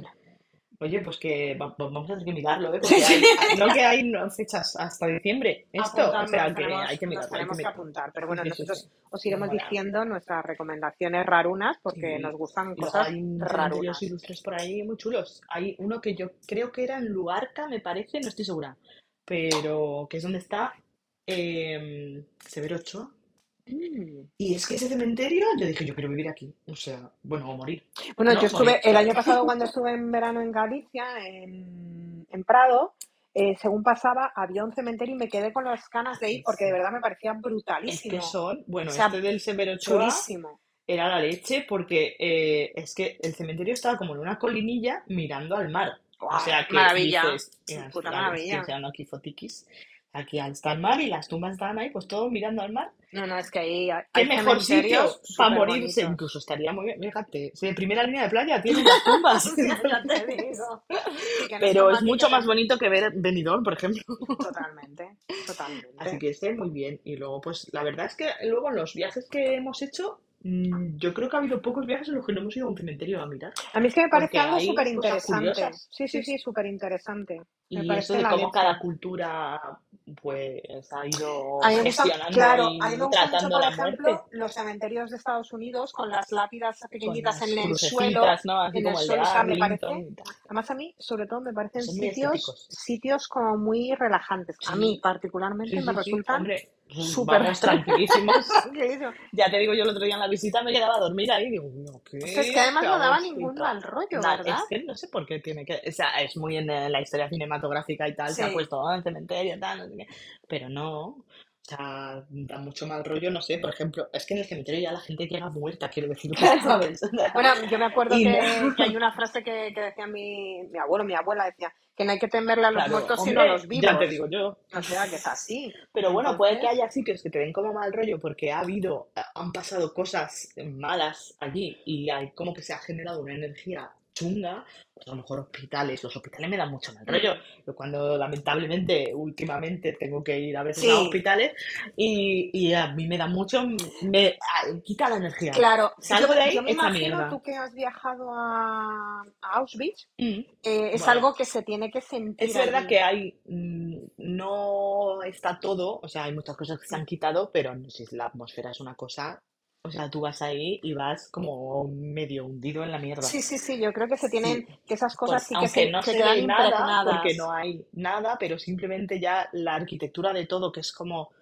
Oye, pues que va- va- vamos a tener que mirarlo, ¿eh? Porque Sí, sí. hay, no que hay no- fechas hasta diciembre, esto, o Apuntarnos, sea nos que tenemos, hay que nos mirarlo, hay que tenemos que mirarlo. apuntar, Sí, pero bueno, sí, sí, nosotros sí. os Nos iremos mola. diciendo nuestras recomendaciones rarunas porque nos Sí. gustan Y luego cosas hay un cementerios rarunas. ilustres por ahí muy chulos. Hay uno que yo creo que era en Luarca, me parece, no estoy segura, pero que es donde está eh, Severo Ochoa. Mm. Y es que ese cementerio, yo dije, yo quiero vivir aquí. O sea, bueno, o morir. Bueno, yo No, morir. estuve el año pasado cuando estuve en verano en Galicia, en, en Prado, eh, según pasaba había un cementerio y me quedé con las ganas de ir porque de verdad me parecía Es que brutalísimo, son, o bueno, este sea, del Severo Ochoa chulísimo. era la leche porque eh, es que el cementerio estaba como en una colinilla mirando al mar. O ¡Guau! sea que Maravilla, dices, "Mira, claro, puta estoy maravilla. haciendo aquí fotiquis. Aquí está el mar y las tumbas están ahí, pues todo mirando al mar. No, no, es que ahí hay ¿Qué hay mejor sitio cementerios para súper morirse? bonitos. Incluso estaría muy bien, fíjate, si de primera línea de playa tienen las tumbas. Ya te entonces. digo. Y que no son Pero es más mucho más literal. bonito que ver Benidorm, por ejemplo. Totalmente, Así totalmente. que esté muy bien. Y luego, pues la verdad es que luego en los viajes que hemos hecho, mm, yo creo que ha habido pocos viajes en los que no hemos ido a un cementerio a mirar. A mí es que me parece Porque algo súper hay cosas interesante. curiosas. Sí, sí, Sí, sí, sí. súper interesante. Y Me eso parece de la cómo cada leche. cultura pues ha ido A mí me gusta, gestionando claro, a mí me y gusta mucho, tratando por la muerte ejemplo, los cementerios de Estados Unidos con las lápidas con pequeñitas las en el suelo, crucecitas, ¿no? Así en el como el de suelo, o sea, me parece, Arlington y tal. además a mí, sobre todo, me parecen Son muy sitios, estéticos. sitios como muy relajantes. A mí, Sí, particularmente, sí, me sí, sí. resultan Hombre, pues, súper vamos tranquilísimos. tranquilísimos. Ya te digo, yo el otro día en la visita me quedaba a dormir ahí y digo, "Mira, O sea, es que ¿qué? además Qué no a daba gusto y ningún tal. mal rollo, Na- ¿verdad? es que no sé por qué tiene que... O sea, es muy en eh, la historia cinematográfica y tal, se ha Sí. puesto "Ah, el cementerio y tal, no sé qué", Pero no, o sea, da mucho mal rollo, no sé, por ejemplo, es que en el cementerio ya la gente llega muerta, quiero decirlo, Claro. ¿sabes? O sea, Bueno, yo me acuerdo y no- que, que hay una frase que, que decía mi, mi abuelo, mi abuela decía, que no hay que temerle a los claro, muertos sino a los hombre, ya te vivos. digo yo. O sea, que es así. Pero bueno, puede que Entonces, haya sitios que te den como mal rollo porque ha habido, eh, han pasado cosas malas allí y hay como que se ha generado una energía chunga, pues a lo mejor hospitales, los hospitales me dan mucho mal rollo. mm, Yo cuando lamentablemente últimamente tengo que ir a veces a sí, hospitales y, y a mí me da mucho, me ah, quita la energía. claro. Yo, Salgo de yo ahí me hecha imagino mierda. tú que has viajado a, a Auschwitz, Mm. eh, es Bueno. algo que se tiene que Es sentir verdad allí. que hay, mm, no está todo, o sea, hay muchas cosas que se han quitado, pero no sé, la atmósfera es una cosa, o sea, tú vas ahí y vas como medio hundido en la mierda. Sí, sí, sí, yo creo que se tienen, Sí, que esas cosas por- sí que aunque se no que se quedan ve nada, porque no impregnadas. hay nada, pero simplemente ya la arquitectura de todo, que es como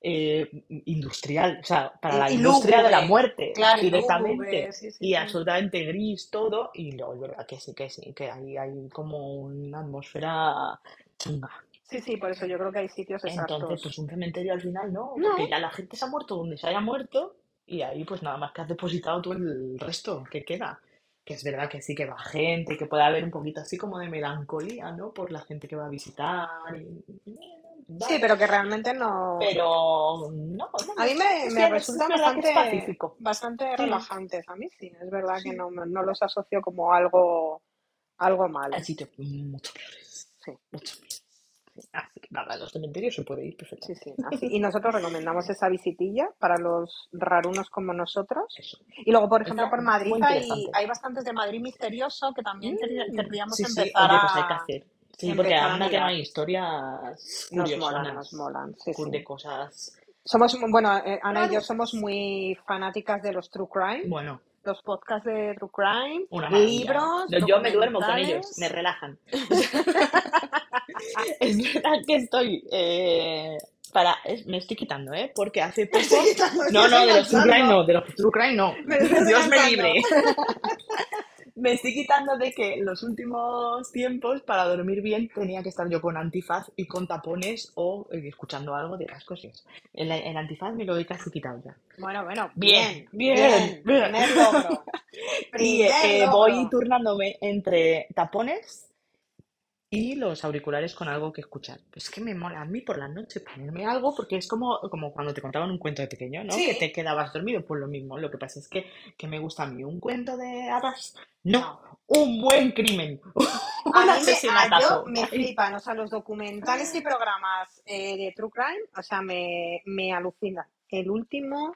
eh, industrial, o sea, para Y, la y industria de la lúgubre, muerte claro, y lúgubre, directamente, sí, sí, y sí. absolutamente gris todo, y luego es verdad que sí, que sí, que ahí hay como una atmósfera chunga. Sí, sí, por eso yo creo que hay sitios Entonces, exactos. pues un cementerio al final no, No. porque ya la gente se ha muerto donde se haya muerto y ahí pues nada más que has depositado tú el resto que queda. Que es verdad que sí que va gente, que puede haber un poquito así como de melancolía, ¿no? Por la gente que va a visitar y... Sí, Vale. pero que realmente no. Pero no, no, A mí me, es me que es resulta verdad que es bastante, pacífico. bastante Sí. relajantes. A mí sí, es verdad que Sí. no, no los asocio como algo, algo malo. Hay sitios mucho peores. Sí. Mucho peores. Así que nada, a los cementerios se puede ir Sí, perfectamente. sí. Así. Y nosotros recomendamos esa visitilla para los rarunos como nosotros. Eso. Y luego, por ejemplo, Está por Madrid muy hay, interesante. Mm. hay bastantes de Madrid misterioso que también tendría- tendríamos Sí, que sí, empezar oye, pues hay que a... hacer. Sí, porque empezar a anda que no mirar. hay historias Nos molan, nos curiosonas molan. Sí, cu- sí. de cosas. Somos, muy- bueno, eh, Ana y Claro. yo somos muy fanáticas de los true crime, Bueno, los podcasts de true crime, una maravilla. libros, No, yo me duermo con ellos, me documentales. relajan. Es verdad que estoy. eh, para, es- me estoy quitando, ¿eh? Porque hace poco. estoy quitando, me No, estoy no, de los true crime enganchando. no, de los true crime no. Me estoy Dios me enganchando. libre. Me estoy quitando de que los últimos tiempos para dormir bien tenía que estar yo con antifaz y con tapones o eh, escuchando algo de las cosas. El, el antifaz me lo he casi quitado ya. Bueno, bueno, Bien, bien, bien, bien. bien. Primer logro. Y eh, Primer eh, voy logro. turnándome entre tapones y los auriculares con algo que escuchar. Es que me mola a mí por la noche ponerme algo porque es como, como cuando te contaban un cuento de pequeño, ¿no? Que Sí. te quedabas dormido, pues lo mismo. Lo que pasa es que, que me gusta a mí un cuento de hadas. No, un buen crimen, Ah. A un mí me, a yo asesinato. me Ay, flipan, o sea, los documentales y programas eh, de True Crime, o sea, me, me alucinan. El último,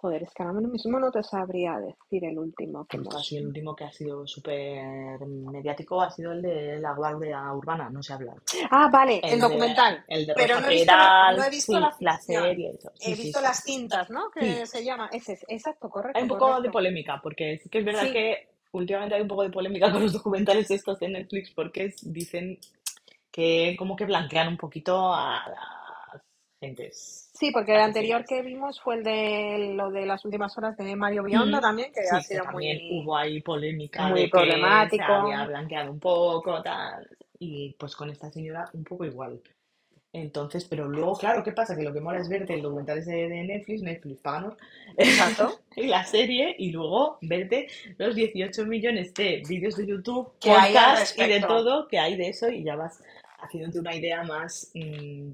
joder, es que ahora mismo no te sabría decir el último que Pues hemos así el último que ha sido súper mediático ha sido el de la guardia urbana, no se habla. Ah, vale, el El de, documental. el de Pero Rosa no he visto la, no Peral, he visto sí, la la ficción. serie, eso. Sí, He sí, visto sí. las cintas, ¿no? Sí. Que se llama. Ese es, exacto, Hay correcto, un poco de correcto. polémica, porque sí que es verdad Sí, que últimamente hay un poco de polémica con los documentales estos de Netflix, porque es- dicen que como que blanquean un poquito a las gentes sí, porque el anterior asesinas. que vimos fue el de lo de las últimas horas de Mario Biondo Mm, también, que Sí, ha que sido también muy, hubo ahí polémica muy de que se había problemático. blanqueado un poco, tal. Y pues con esta señora un poco igual. Entonces, pero luego, claro, ¿qué pasa? Que lo que mola es verte el documental ese de Netflix, Netflix, páganos, Exacto. y la serie, y luego verte los 18 millones de vídeos de YouTube, Que hay al podcasts y de respecto. todo que hay de eso, y ya vas haciéndote una idea más, mm,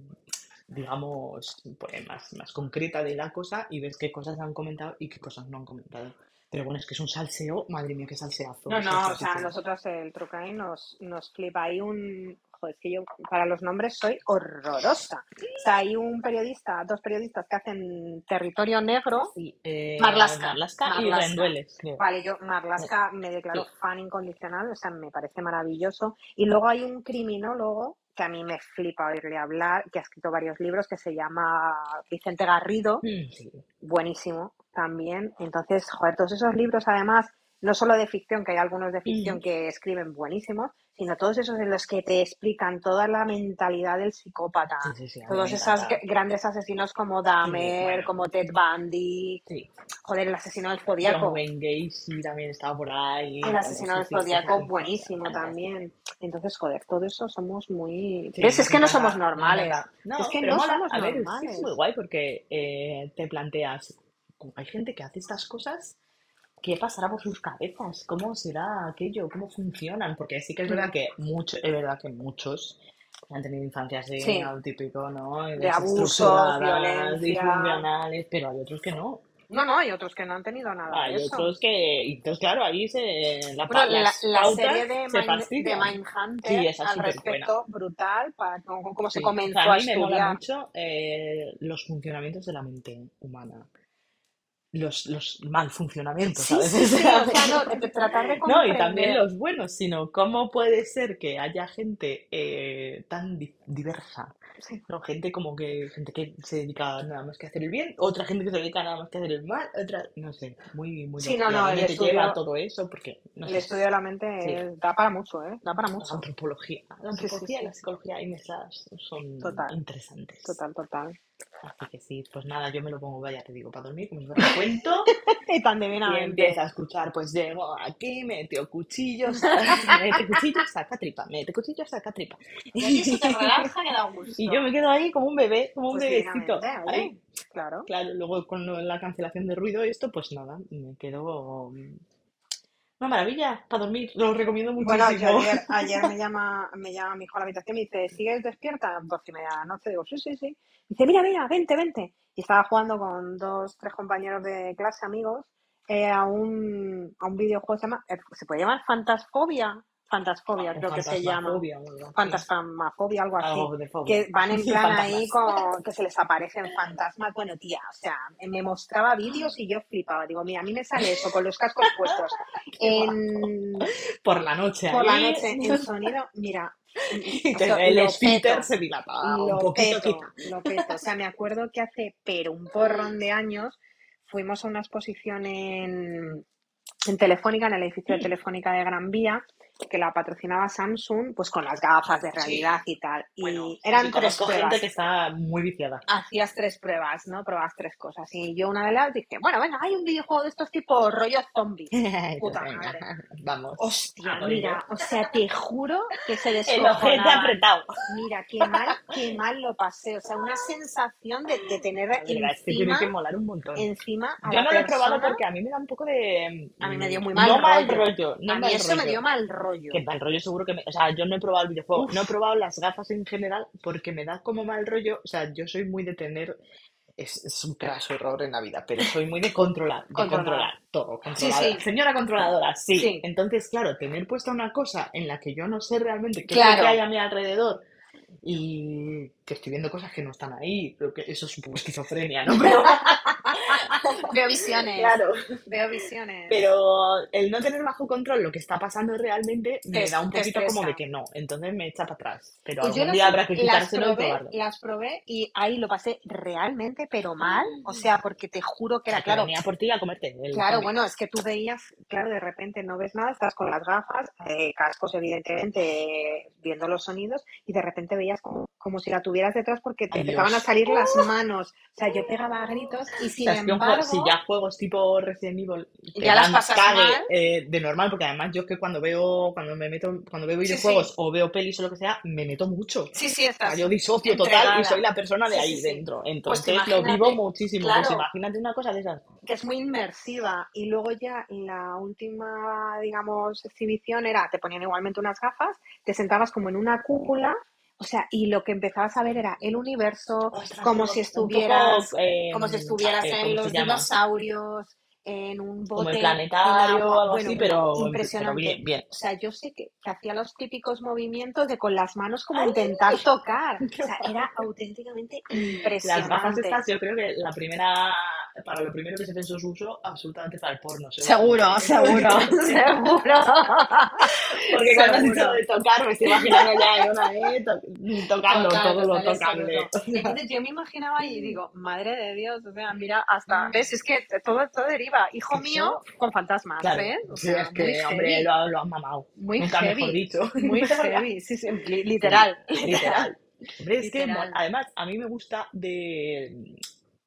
digamos, pues, más, más concreta de la cosa y ves qué cosas han comentado y qué cosas no han comentado. Pero bueno, es que es un salseo, madre mía, qué salseazo, No, no, o sea, salseosísimo. nosotros el True Crime nos, nos flipa. Hay un. Joder, es que yo para los nombres soy horrorosa. O sea, hay un periodista, dos periodistas que hacen territorio negro. Sí, eh, Marlaska, Marlaska y Marlaska. Rendueles, creo. Vale, yo Marlaska me declaro Sí. fan incondicional, o sea, me parece maravilloso. Y luego hay un criminólogo que a mí me flipa oírle hablar, que ha escrito varios libros, que se llama Vicente Garrido, Mm, sí. buenísimo también. Entonces, joder, todos esos libros, además, no solo de ficción, que hay algunos de Mm. ficción que escriben buenísimos, sino todos esos en los que te explican toda la mentalidad del psicópata. Sí, sí, sí, a mí me Todos esos encanta. grandes asesinos como Sí, Dahmer, bueno, como Ted Bundy, sí. joder, el asesino del John Zodíaco. Wayne Gacy también estaba por ahí. El Bueno, asesino sí, del sí, es que Zodíaco, son cosas buenísimo fantásticas. también. Entonces, joder, todo eso somos muy... Sí, ¿Ves? Es nos que no somos encanta, nos normales. encanta. Es No, que pero no mola. somos A ver, es que es muy normales. guay porque eh, te planteas, como hay gente que hace estas cosas, ¿qué pasará por sus cabezas? ¿Cómo será aquello? ¿Cómo funcionan? Porque sí que es Mm. verdad que mucho, es verdad que muchos han tenido infancias de Sí, lo típico, ¿no? de abusos, Desestructuradas, violencia. disfuncionales, pero hay otros que no. No, no, hay otros que no han tenido nada de Hay eso. otros que, y entonces claro, ahí se, la Bueno, pa- la, las la serie pautas de, se Mind, de fastidian. Sí, Mindhunter esa es al súper buena. respecto, brutal, para cómo, cómo se Sí, o sea, a comenzó a mí me mola estudiar. mucho eh, los funcionamientos de la mente humana. Los, los mal funcionamientos a Sí, sí, veces de sí, la o sea, no, de- mente. de tratar de No, y también comprender. los buenos, sino cómo puede ser que haya gente eh, tan di- diversa. Sí, ¿no? Gente como que, gente que se dedica nada más que a hacer el bien, otra gente que se dedica nada más que a hacer el mal, otra, no sé, muy, muy sí, loco. no, ¿Y a no, el dónde te lleva estudio, todo eso? Porque, no el sé, estudio de la sí. mente es- da para mucho, ¿eh? Da para La mucho. antropología, la Sí, sí, antropología y sí. la psicología y mezcladas son Total, interesantes. total, total. Así que sí, pues nada, yo me lo pongo, vaya, te digo, para dormir, como si fuera un cuento. Y tan de Y bien empieza a escuchar, pues llegó aquí, metió cuchillos, mete cuchillo, saca tripa, mete cuchillo, saca tripa. Y así se te relaja y da un gusto. Y yo me quedo ahí como un bebé, como un Pues bebecito. dignamente, ahí. oye. Claro. Claro, luego con lo- la cancelación de ruido y esto, pues nada, me quedo... mm, Una maravilla, para dormir, lo recomiendo Bueno, yo muchísimo. ayer, ayer me llama, me llama mi hijo a la habitación y me dice, ¿sigues despierta? Doce y media de la noche, digo, sí, sí, sí. Dice, mira, mira, vente, vente. Y estaba jugando con dos, tres compañeros de clase, amigos, eh, a un, a un videojuego que se llama, eh, se puede llamar Fantasfobia, Fantasfobia O creo que se Ah, llama, fantasmafobia o algo así. Fantasmafobia, algo así. Algo de fobia. que van en plan ahí Fantasmas. con que se les aparecen fantasmas. Bueno, tía, o sea, me mostraba vídeos y yo flipaba. Digo, mira, a mí me sale eso con los cascos puestos. En, Por la noche por la ahí, noche, en sonido, mira, y o te- sea, el lo esfínter peto, se dilata un lo poquito peto, quizá. lo peto. O sea, me acuerdo que hace, pero un porrón de años, fuimos a una exposición en, en Telefónica, en el edificio de Telefónica de Gran Vía, que la patrocinaba Samsung, pues con las gafas de realidad y tal. Y Bueno, eran sí, tres conozco pruebas gente que está muy viciada. hacías tres pruebas, ¿no? Probabas tres cosas. Y yo una de las dije, bueno, venga, hay un videojuego de estos tipo rollo zombie. Puta Venga, madre. vamos. Hostia, a por ello. mira, o sea, te juro que se El ojete descojonaban. apretado. Mira, qué mal, qué mal lo pasé. O sea, una sensación de, de tener La verdad es que este tiene encima, que molar un montón. encima a Yo la no lo he probado persona. porque a mí me da un poco de... A mí me dio mm, muy mal no mal rollo. rollo, no A mí mal eso me rollo. dio mal rollo. Que mal rollo seguro que me... O sea, yo no he probado el videojuego, Uf. no he probado las gafas en general porque me da como mal rollo. O sea, yo soy muy de tener... Es, es un craso error en la vida, pero soy muy de controlar, de Controlada. controlar todo, Sí, controladora. sí, Señora controladora, sí. sí. Entonces, claro, tener puesta una cosa en la que yo no sé realmente qué es lo que hay Claro. a mi alrededor y que estoy viendo cosas que no están ahí, creo que eso es un poco esquizofrenia, ¿no? Pero Veo visiones. claro, Veo visiones. pero el no tener bajo control lo que está pasando realmente me da Te, un te poquito como estresa. de que no, entonces me echa para atrás, pero Pues yo algún las, día habrá que las quitárselo y probé, probarlo. las probé y ahí lo pasé realmente, pero mal. O sea, porque te juro O que sea, era que claro. venía por ti a comerte el Claro, zombie. bueno, es que tú veías, claro, de repente no ves nada, estás con las gafas, eh, cascos evidentemente, eh, viendo los sonidos y de repente veías como, como si la tuvieras detrás porque te Ay, empezaban a Dios. salir las manos. O sea, yo pegaba a gritos y O sin sea, es que un juego, si embargo, ya juegos tipo Resident Evil te ya las dan pasas mal. cague eh, de normal, porque además yo es que cuando veo, cuando me meto, cuando veo Sí, sí, videojuegos o veo pelis o lo que sea, me meto mucho. sí, sí, O sea, estás yo disocio total y soy entregada. la persona de Sí, sí, ahí sí. dentro. Pues que Entonces lo vivo imagínate, muchísimo. Pues claro, imagínate una cosa de esas. que es muy inmersiva. Y luego ya la última, digamos, exhibición era, te ponían igualmente unas gafas, te sentabas como en una cúpula, o sea, y lo que empezabas a ver era el universo, Ostras, como si pero un poco, estuvieras, eh, como si estuvieras eh, en ¿cómo se los llama? dinosaurios, en un Como el bote, en planetario o agua. algo así, Bueno, pero, pero bien, impresionante. bien. O sea, yo sé que, que hacía los típicos movimientos de con las manos como ¡Ay! intentar tocar. O ¡Qué sea, guay! era auténticamente Las gafas impresionante. estas, yo creo que la primera, para lo primero que se pensó su uso, absolutamente para el porno, seguramente. Seguro, Eso de seguro, tocarse. seguro, Porque cuando has dicho seguro. de tocar, me estoy imaginando ya en una vez to- tocando Total, todo lo total, y tocable. absoluto. Entonces yo me imaginaba y digo, madre de Dios, o sea, mira, hasta, ves, es que todo, todo deriva, hijo mío, Mm. Eso, con fantasmas, claro. ¿ves? O Sí, sea, es muy que, hombre, heavy, lo, ha- lo han mamado. muy Nunca mejor heavy, dicho. muy heavy, sí, sí, li- Sí, literal, literal, literal. Hombre, es que mo- literal. además a mí me gusta de...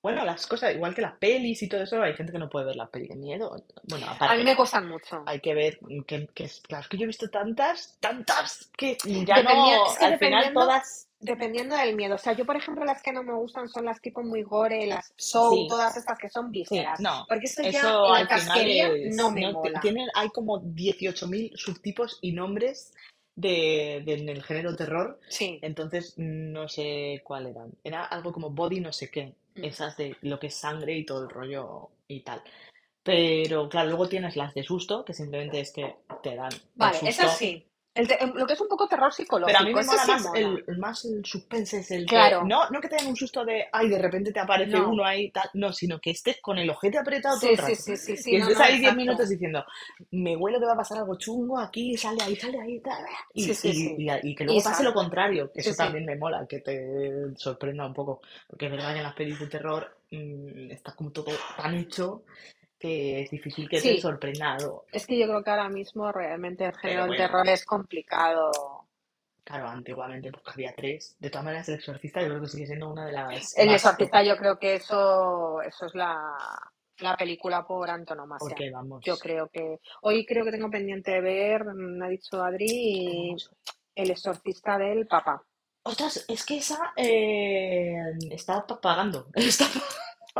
Bueno, las cosas, igual que las pelis y todo eso, hay gente que no puede ver las pelis de miedo. Bueno, A mí aparte, me gustan mucho. hay que ver que, que es- claro, es que yo he visto tantas, tantas, que ya Dependiendo, no, es que al final dependiendo, todas, dependiendo del miedo. O sea, yo, por ejemplo, las que no me gustan son las tipo muy gore, las show, sí, todas estas que son sí, vísceras. no. Porque eso ya, Eso la al final casquería no es, me no, te- mola. tienen, hay como 18.000 subtipos y nombres de, de- del género terror, Sí. entonces no sé cuál eran. Era algo como body no sé qué, Mm. esas de lo que es sangre y todo el rollo y tal. Pero claro, luego tienes las de susto, que simplemente es que te dan el Vale, es susto. así. El te- em, lo que es un poco terror Pero a mí psicológico, me eso mola sí más mola. el, más el suspense, es el que, Claro, no, no que te den un susto de, ay, de repente te aparece no. uno ahí, tal, no, sino que estés con el ojete apretado todo Sí, el sí, rato. sí, sí, sí, Que no, estés no, ahí 10 minutos exacto. diciendo, me huele que va a pasar algo chungo aquí, sale ahí, sale ahí, tal, eh. Sí, y, sí, y, sí. y, a- y que Y luego pase sal. lo contrario, que Sí, eso sí. también me mola, que te sorprenda un poco. Porque es verdad que en las pelis de terror mm, está como todo tan hecho que es difícil que te Sí, sorprenda algo. es que yo creo que ahora mismo realmente el género Pero del bueno, terror es complicado. Claro, antiguamente porque había tres. De todas maneras, el exorcista yo creo que sigue siendo una de las El más- exorcista yo creo que eso, eso es la, la película por antonomasia. Porque vamos. Yo creo que hoy creo que tengo pendiente de ver, me ha dicho Adri, El exorcista del papá. Ostras, es que esa eh, está pa- pagando. Está pa-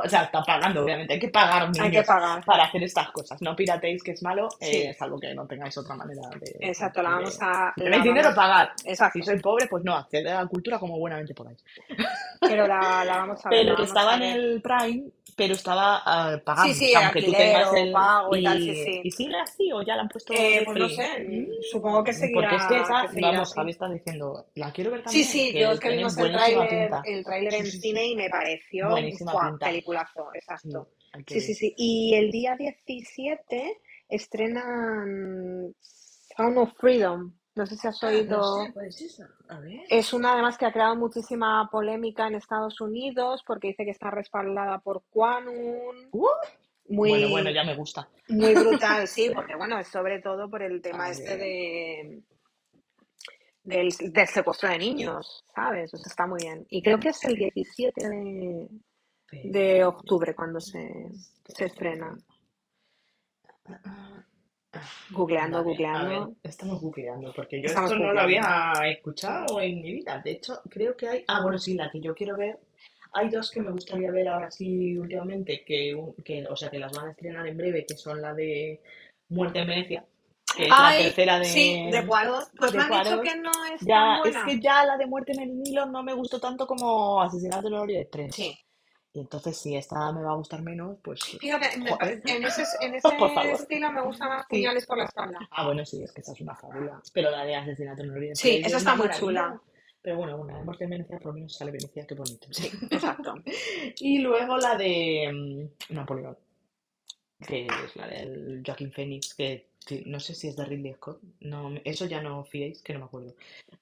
o sea, está pagando, obviamente. Hay que pagar, Hay que niños, pagar. para hacer estas cosas. No pirateéis, que es malo, Sí. eh, salvo que no tengáis otra manera de. Exacto, la de- vamos a... Si la tenéis dinero, vamos- pagar. Exacto, Si sois pobre, pues no, acceder a la cultura como buenamente podáis. pero la, la vamos a ver. la Pero vamos estaba a en ver. el Prime, pero estaba ah, pagando. sí, O sea, aunque tú alquiler tengas o el. pago y tal, sí, y, sí. ¿y sigue así o ya la han puesto Eh, de pues no free? sé, Mm, supongo que seguirá, Porque es que esa, que seguirá vamos, así. Javi está diciendo, la quiero ver Sí, también, sí, que yo es que tiene vimos el buenísima tráiler, eh, pinta. el tráiler Sí, en sí, sí. cine y me pareció Buenísima ¡buah! pinta. peliculazo, Sí, exacto. hay que Sí, sí, ver. sí. Y el día 17 estrenan Sound of Freedom. No sé si has Ah, no oído. sé, ¿cuál es esa? A ver. Es una además que ha creado muchísima polémica en Estados Unidos porque dice que está respaldada por Quanum. Uh, bueno, bueno, Muy, ya me gusta. muy brutal, sí, porque bueno, es sobre todo por el tema A este ver. de del, del secuestro de niños, ¿sabes? O sea, está muy bien. Y creo que es el 17 de, de octubre cuando se, se estrena. Googleando, Vale, a ver, googleando. estamos googleando, porque yo Estamos esto no lo googleando. había escuchado en mi vida. De hecho, creo que hay. Ah, bueno, sí, la que yo quiero ver. Hay dos que me gustaría ver ahora sí últimamente, que, un- que, o sea, que las van a estrenar en breve, que son la de Muerte en Venecia, que es la Ay, tercera sí, de de, Cuadros. Pues me de han dicho Cuarón. que no es tan Ya, es buena. que ya la de Muerte en el Nilo no me gustó tanto como Asesinato en el Orient 3. Sí. Y entonces, si esta me va a gustar menos, pues. Fíjate, me Joder, parece- en ese, en por ese favor. estilo me gusta más Sí. Puñales por la espalda. Ah, bueno, sí, es que esa es una fábula. Pero la de Asesinato en el Orient Sí, 3 esa es está una muy chula. maravilla. Pero bueno, bueno, la de Muerte en Venecia por lo menos sale Venecia, qué bonito. Sí, exacto. Y luego la de mm, Napoleón, que es la del Joaquín Phoenix, que que no sé si es de Ridley Scott. No, eso ya no fiéis, que no me acuerdo.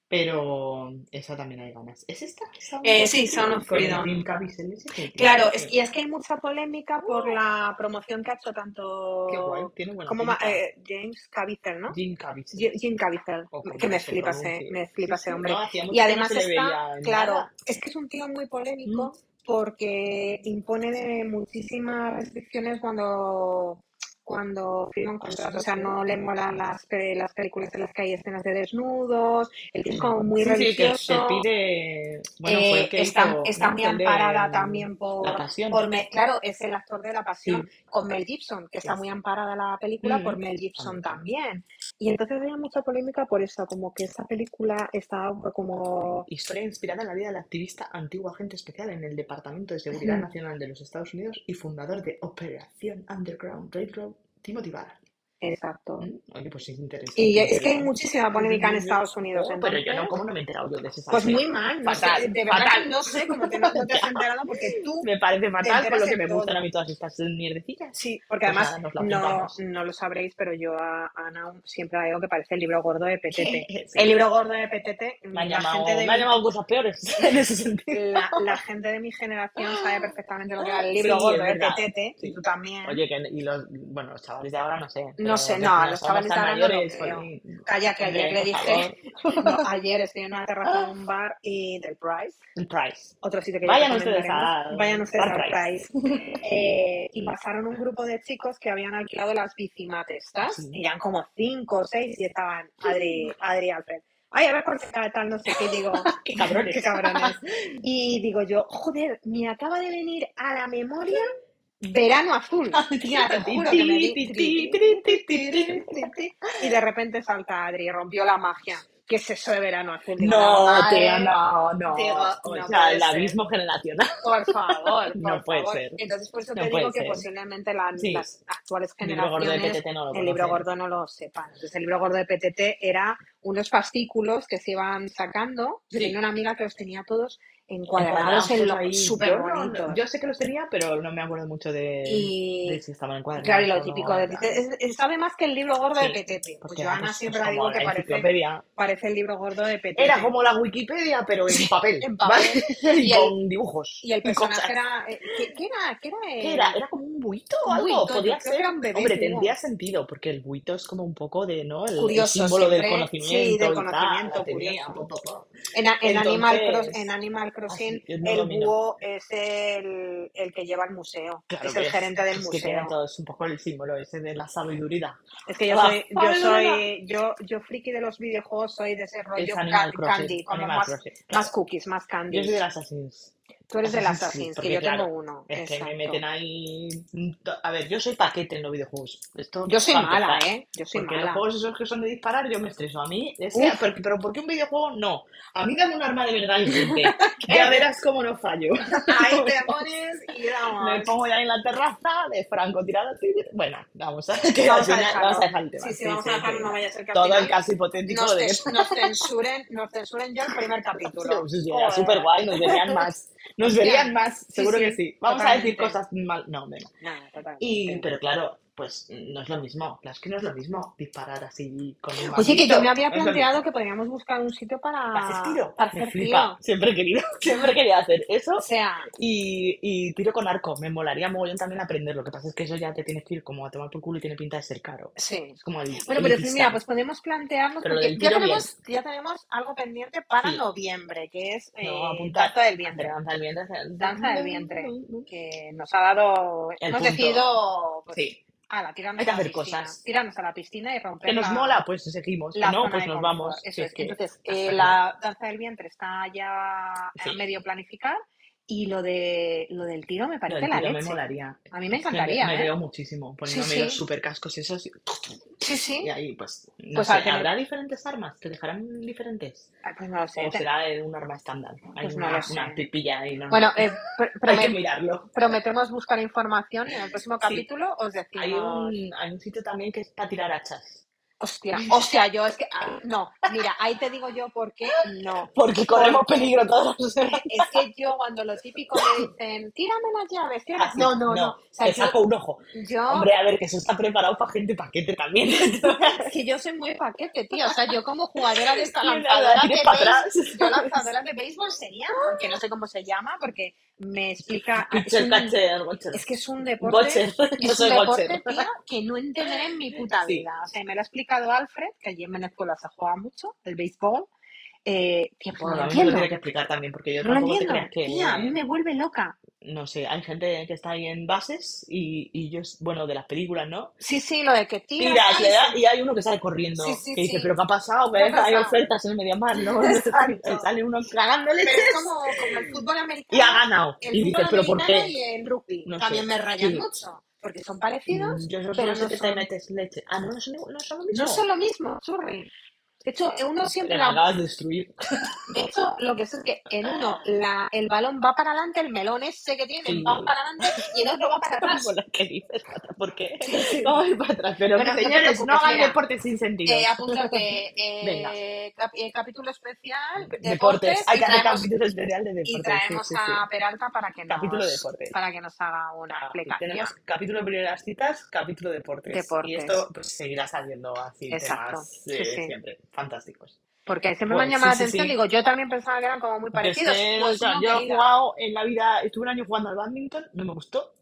Pero esa también hay ganas. ¿Es esta Sound Eh, of sí, Freedom? Sound of Con el Freedom. Jim Caviezel ese que tiene. Claro, es, que- y es que hay mucha polémica por la promoción que ha hecho Qué guay, tanto tiene buena como ma- pinta. eh, James Caviezel, ¿no? Jim Caviezel, Ye- Jim Caviezel, o que como me se flipa ese, pronuncie. me Sí, flipa ese sí, hombre. no, hacía Y mucho que no además se le está, veía en claro, nada. es que es un tío muy Mm, polémico porque impone de muchísimas restricciones cuando cuando firma un contrato, o sea, no le molan las, pe- las películas en las que hay escenas de desnudos, el tío es Mm. como muy Sí, sí, que te religioso, pide. Bueno, fue el eh, que está, hizo, está ¿no? muy Fue el de amparada mm, también La por, Pasión. por Mel, claro, es el actor de La Pasión Sí, con Mel Gibson, que está muy ese. amparada la película por Mm, Mel Gibson también, también. también. Y entonces había mucha polémica por eso, como que esta película está como... Historia inspirada en la vida del activista antiguo agente especial en el Departamento de Mm. Seguridad Nacional de los Estados Unidos y fundador de Operación Underground Railroad, Timothy Barr. Exacto. Mm, Oye, pues es Y interesante, es que hay interesante. muchísima Muy bien, polémica en muy bien. Estados Unidos, Oh, pero yo no, entonces... ¿cómo no me he enterado yo de ese Pues salseo? muy mal, no sé, Fatal, de verdad que fatal. no sé cómo te, no, no te Ya, has enterado porque tú me parece te fatal con enteras lo que de me gustan a todo. mí todas estas mierdecillas. Sí, porque Pues además nada, nos lo no, apuntamos. no lo sabréis, pero yo a Ana siempre la digo que parece el libro gordo de PTT. El Sí, libro gordo de PTT, me han la gente llamado, de me han mi, llamado cosas peores en ese sentido. la, la gente de mi generación sabe perfectamente lo que era el libro Sí, es gordo de verdad. PTT, y Sí. tú también. Oye, que y los, bueno, los chavales de ahora no sé, No pero sé, los que no, a no los somos chavales de tan ahora no lo mayores, creo. jolín, Calla, que ayer hombre, le por dije, favor. no, ayer estoy en una terraza de un bar y del Price, El Price. otro sitio que ya Vayan ustedes recomendaremos, al vayan ustedes Bar al Price. Price. Eh, y pasaron un grupo de chicos que habían alquilado las bicimatestas, Sí. eran como cinco o seis y estaban Adri, Adri y Alfred. Ay, a ver por qué tal, no sé qué, digo, ¡Qué qué cabrones! cabrones. Y digo yo, joder, me acaba de venir a la memoria Verano Azul. Tía, te Ah, Ti, juro que me ti, ti, di tri, ti, tri, tri, tri, ti, ti, ti. tri, tri, tri, tri, y de repente salta Adri, rompió la magia. ¿Qué es eso de Verano Azul? Digo, la No, tía, madre, no, digo, no. O no sea, puede el ser. abismo generacional. Por favor, No por puede favor. ser. Entonces, por eso No te puede digo que ser. posiblemente la- Sí, las actuales libro gordo de generaciones PTT no lo el libro conocen. gordo no lo sepan. Entonces, el libro gordo de PTT era unos fascículos que se iban sacando. Yo tenía Sí, una amiga que los tenía todos encuadernados encuadrados en todos lo ahí. súper Yo no, no- bonitos. yo sé que los tenía, pero no me acuerdo mucho de, de Y, si estaban y claro, y encuadernados lo o típico no. de tal. PTT, es- sabe más que el libro gordo de Sí, PTT. Pues porque yo era a Ana pues, pues siempre la como digo que la parece, enciclopedia. parece el libro gordo de Era PTT. como la Wikipedia, pero en papel, En ¿vale? papel. Y Y el, con dibujos y el y personaje cosas. era, eh, ¿qué, qué era? ¿Qué era ¿Qué era? el, ¿Era como un buito o Un algo? buito, yo Podía creo que ser. eran bebés Hombre, tendría búhos. sentido, porque el buito es como un poco de, ¿no? El, el Curioso, símbolo del siempre, sí, conocimiento del y tal, conocimiento, la tenía, curioso. pa, pa, pa. En, a- en Entonces- Animal Cross- en Animal Crossing, Así que no el domino. búho es el, el que lleva el museo, Claro es el que gerente del es que museo. tiene todo, es un poco el símbolo ese de la sabiduría. Es que yo Va, soy, yo Pablo, soy, yo, yo friki de los videojuegos, soy de ese rollo Es ca- Animal Crossing, candy, como Animal más, Crossing, claro. más cookies, más Yo soy candies. del Assassin's. Tú eres del Assassin's Creed, Assassin's, que porque yo tengo claro, uno, es que me exacto. meten ahí... A ver, yo soy paquete en los videojuegos. Esto Yo soy para mala, empezar. ¿eh? Yo soy Porque los mala. juegos esos que son de disparar, yo me estreso. A mí, o sea, Uf. porque- pero ¿por qué un videojuego? No. A mí dame un arma de verdad y gente. ya verás cómo no fallo. Ahí te pones y me vamos. pongo ya en la terraza de francotirada. así, Bueno, vamos a, que al Vamos a final- dejarlo. vamos a dejar el tema. Sí, sí, vamos a dejarlo, sí. no vaya a ser que al Todo el final caso hipotético nos, de... cens- nos censuren, nos censuren ya el primer capítulo. Sí, sí, era Joder. súper guay, nos verían más. Nos Hostia, verían más, sí, seguro que sí, sí. Vamos a decir totalmente. cosas mal. No, venga. Nada, Y, totalmente. pero claro, pues no es lo mismo. Claro, es que no es lo mismo disparar así con un Oye, que yo manguito. me No había es lo mismo. planteado que podríamos buscar un sitio ¿Para hacer para, tiro? para Me hacer flipa. tiro. Siempre he querido, siempre quería hacer O eso. sea, Y, y tiro con arco. Me molaría mogollón también aprender. Lo que pasa es que eso ya te tienes que ir como a tomar por culo y tiene pinta de ser caro. sí. Es como el Bueno, pero en fin, mira, elitista. pues podemos plantearnos, Pero lo porque del ya tiro bien. tenemos, ya tenemos algo pendiente para Sí. noviembre, que es Me voy a eh, apuntar. Danza del Hacer Vientre. danza al vientre, hacer- Danza del Vientre, que nos ha dado, El hemos punto. decidido, pues, Sí. ala, Hay tirarnos que a la hacer piscina, cosas. tirarnos a la piscina y que romper nos la, mola, pues seguimos. Que la no, zona pues de nos confort. vamos. Si Eso es es. que Entonces, eh, hasta que no. la danza del vientre está ya a Sí, medio planificar y lo de lo del tiro me lo parece del la tiro me leche. molaría. A mí me Es que me, me encantaría, ¿eh? veo muchísimo Sí, poniéndome los sí, super cascos y esos. Y, sí, y sí. ahí, pues, no Pues sé, al tener, ¿habrá diferentes armas? ¿Te dejarán diferentes? ah, pues no lo ¿O sé, te- será de un arma estándar? Hay pues no lo una, una sé. pipilla ahí, no, Bueno, no. eh, pr- Hay que promet- mirarlo. prometemos buscar información y en el próximo Sí, capítulo os hay decimos, un, hay un sitio también que es para tirar hachas. hostia, hostia, yo es que ah, no, mira, ahí te digo yo por qué no. Porque corremos Porque peligro todos. Es que yo cuando lo típico me dicen, tírame las llaves, tírame... Así, No, no, no. Ah, no, O sea, te yo, saco un ojo. yo, Hombre, a ver, que eso está preparado para gente paquete también. es que yo soy muy paquete, tío. O sea, yo como jugadora de esta Y la, la lanzadora tires de para béisbol, atrás. yo lanzadora de béisbol sería, porque no sé cómo se llama, porque me explica, ah, es Pitcher, un, catcher, watcher. es que es un deporte, Watcher, yo es un soy watcher. deporte, tío, que no entenderé en mi puta Sí, vida. O sea, me lo ha explicado Alfred, que allí en Venezuela se juega mucho, el béisbol. Eh, tío, pues bueno, no lo a mí me lo tiene entiendo. que explicar también, porque yo No lo tampoco te creas entiendo. Tía, a mí que, me vuelve loca. no sé, hay gente que está ahí en bases y, y yo, bueno, de las películas, ¿no? Sí, sí, lo de que tiras, Tiras, tal, le y da, se- y hay uno que sale Sí, corriendo, sí, que dice, sí. pero ¿qué ha pasado? ¿Qué ha ¿Ves? Hay pasado? ofertas en el Mediamar, ¿no? Y Exacto. sale uno cagándole Pero es como, como el fútbol y ha americano, ganado. el Y fútbol dices, ¿pero por americano qué? y el rugby. No También sé, me rayan sí. mucho, porque son Mm, parecidos, Yo solo pero sé no que te son, metes leche. Ah, no, no son, no son lo no son mismo. lo mismo, churri. De hecho, en uno siempre Me la, acabas de destruir. de hecho, lo que es es que en uno la, el balón va para adelante, el melón ese que tienen va Sí. para adelante y en otro va para Como atrás. la que dices, Cata, ¿por qué? Sí, sí. Vamos a ir para atrás. Pero que Bueno, no te señores, no preocupes, hagáis mira, deportes sin Eh, sentido. apúntate, Venga, eh, cap- eh, capítulo especial, deportes. deportes, Hay y que hacer traemos, capítulos especial de y deportes. Sí, traemos sí, sí. a Peralta para que Capítulo de nos, deportes. para que nos haga una Ah, explicación. tenemos capítulo de primeras citas, capítulo de deportes. Y esto Deportes, pues, seguirá saliendo así exacto, temas sí, eh, sí. siempre fantásticos. Porque siempre me han Pues sí, llamado la sí, atención, sí. digo, yo también pensaba que eran como muy Yo es parecidos. que, o Pues sea, no, yo he querida. jugado en la vida, estuve un año jugando al badminton, no me gustó.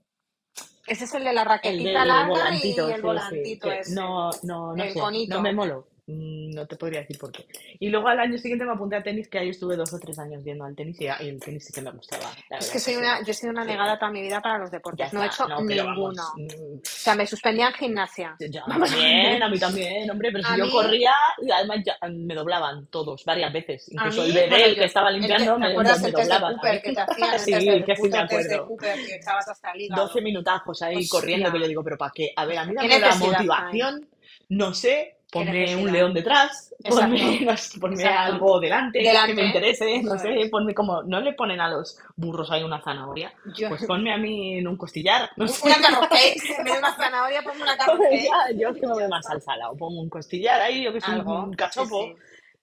Ese es el de la El raquetita del larga y volantito, el sí, sí, volantito que ese, no, no, no el sé, no me conito. molo, Mm, no te podría decir por qué. Y luego al año siguiente me apunté a tenis, que ahí estuve dos o tres años yendo al tenis y, y el tenis sí que me gustaba, la verdad Es que es que soy sí, una, yo he sido una sí, negada toda mi vida para los ya deportes, no he está, hecho no, pero ninguno. vamos, O mm, sea, me suspendían gimnasia. yo a mí Vamos a ver. también, a mí también, hombre, pero si A yo mí, corría, y además ya- mm, me doblaban todos, varias veces, A incluso el mí, bueno, bebé, el yo, que estaba el te, limpiando, ¿te me, do- acuerdas me el test de doblaba Cooper también, que te hacían? El test sí, del que sí me puto test de acuerdo. Cooper que echabas hasta el 12 hígado. minutajos ahí corriendo, que yo Hostia, digo, pero ¿para qué? A ver, a mí Pues, qué dame la necesidad hay, motivación, no sé, qué ponme un necesidad. león detrás, ponme, Exacto, no sé, ponme exacto. algo delante que me Delante, interese, no eso sé, es. ponme como, no le ponen a los burros ahí una zanahoria, Yo, pues ponme a mí en un costillar, no sé. una carrocake, en vez de una zanahoria, pongo una carrocake. Ya, yo es que me Ya voy más está. al salado, pongo un costillar ahí, yo que soy un Algo, sí, cachopo, sí.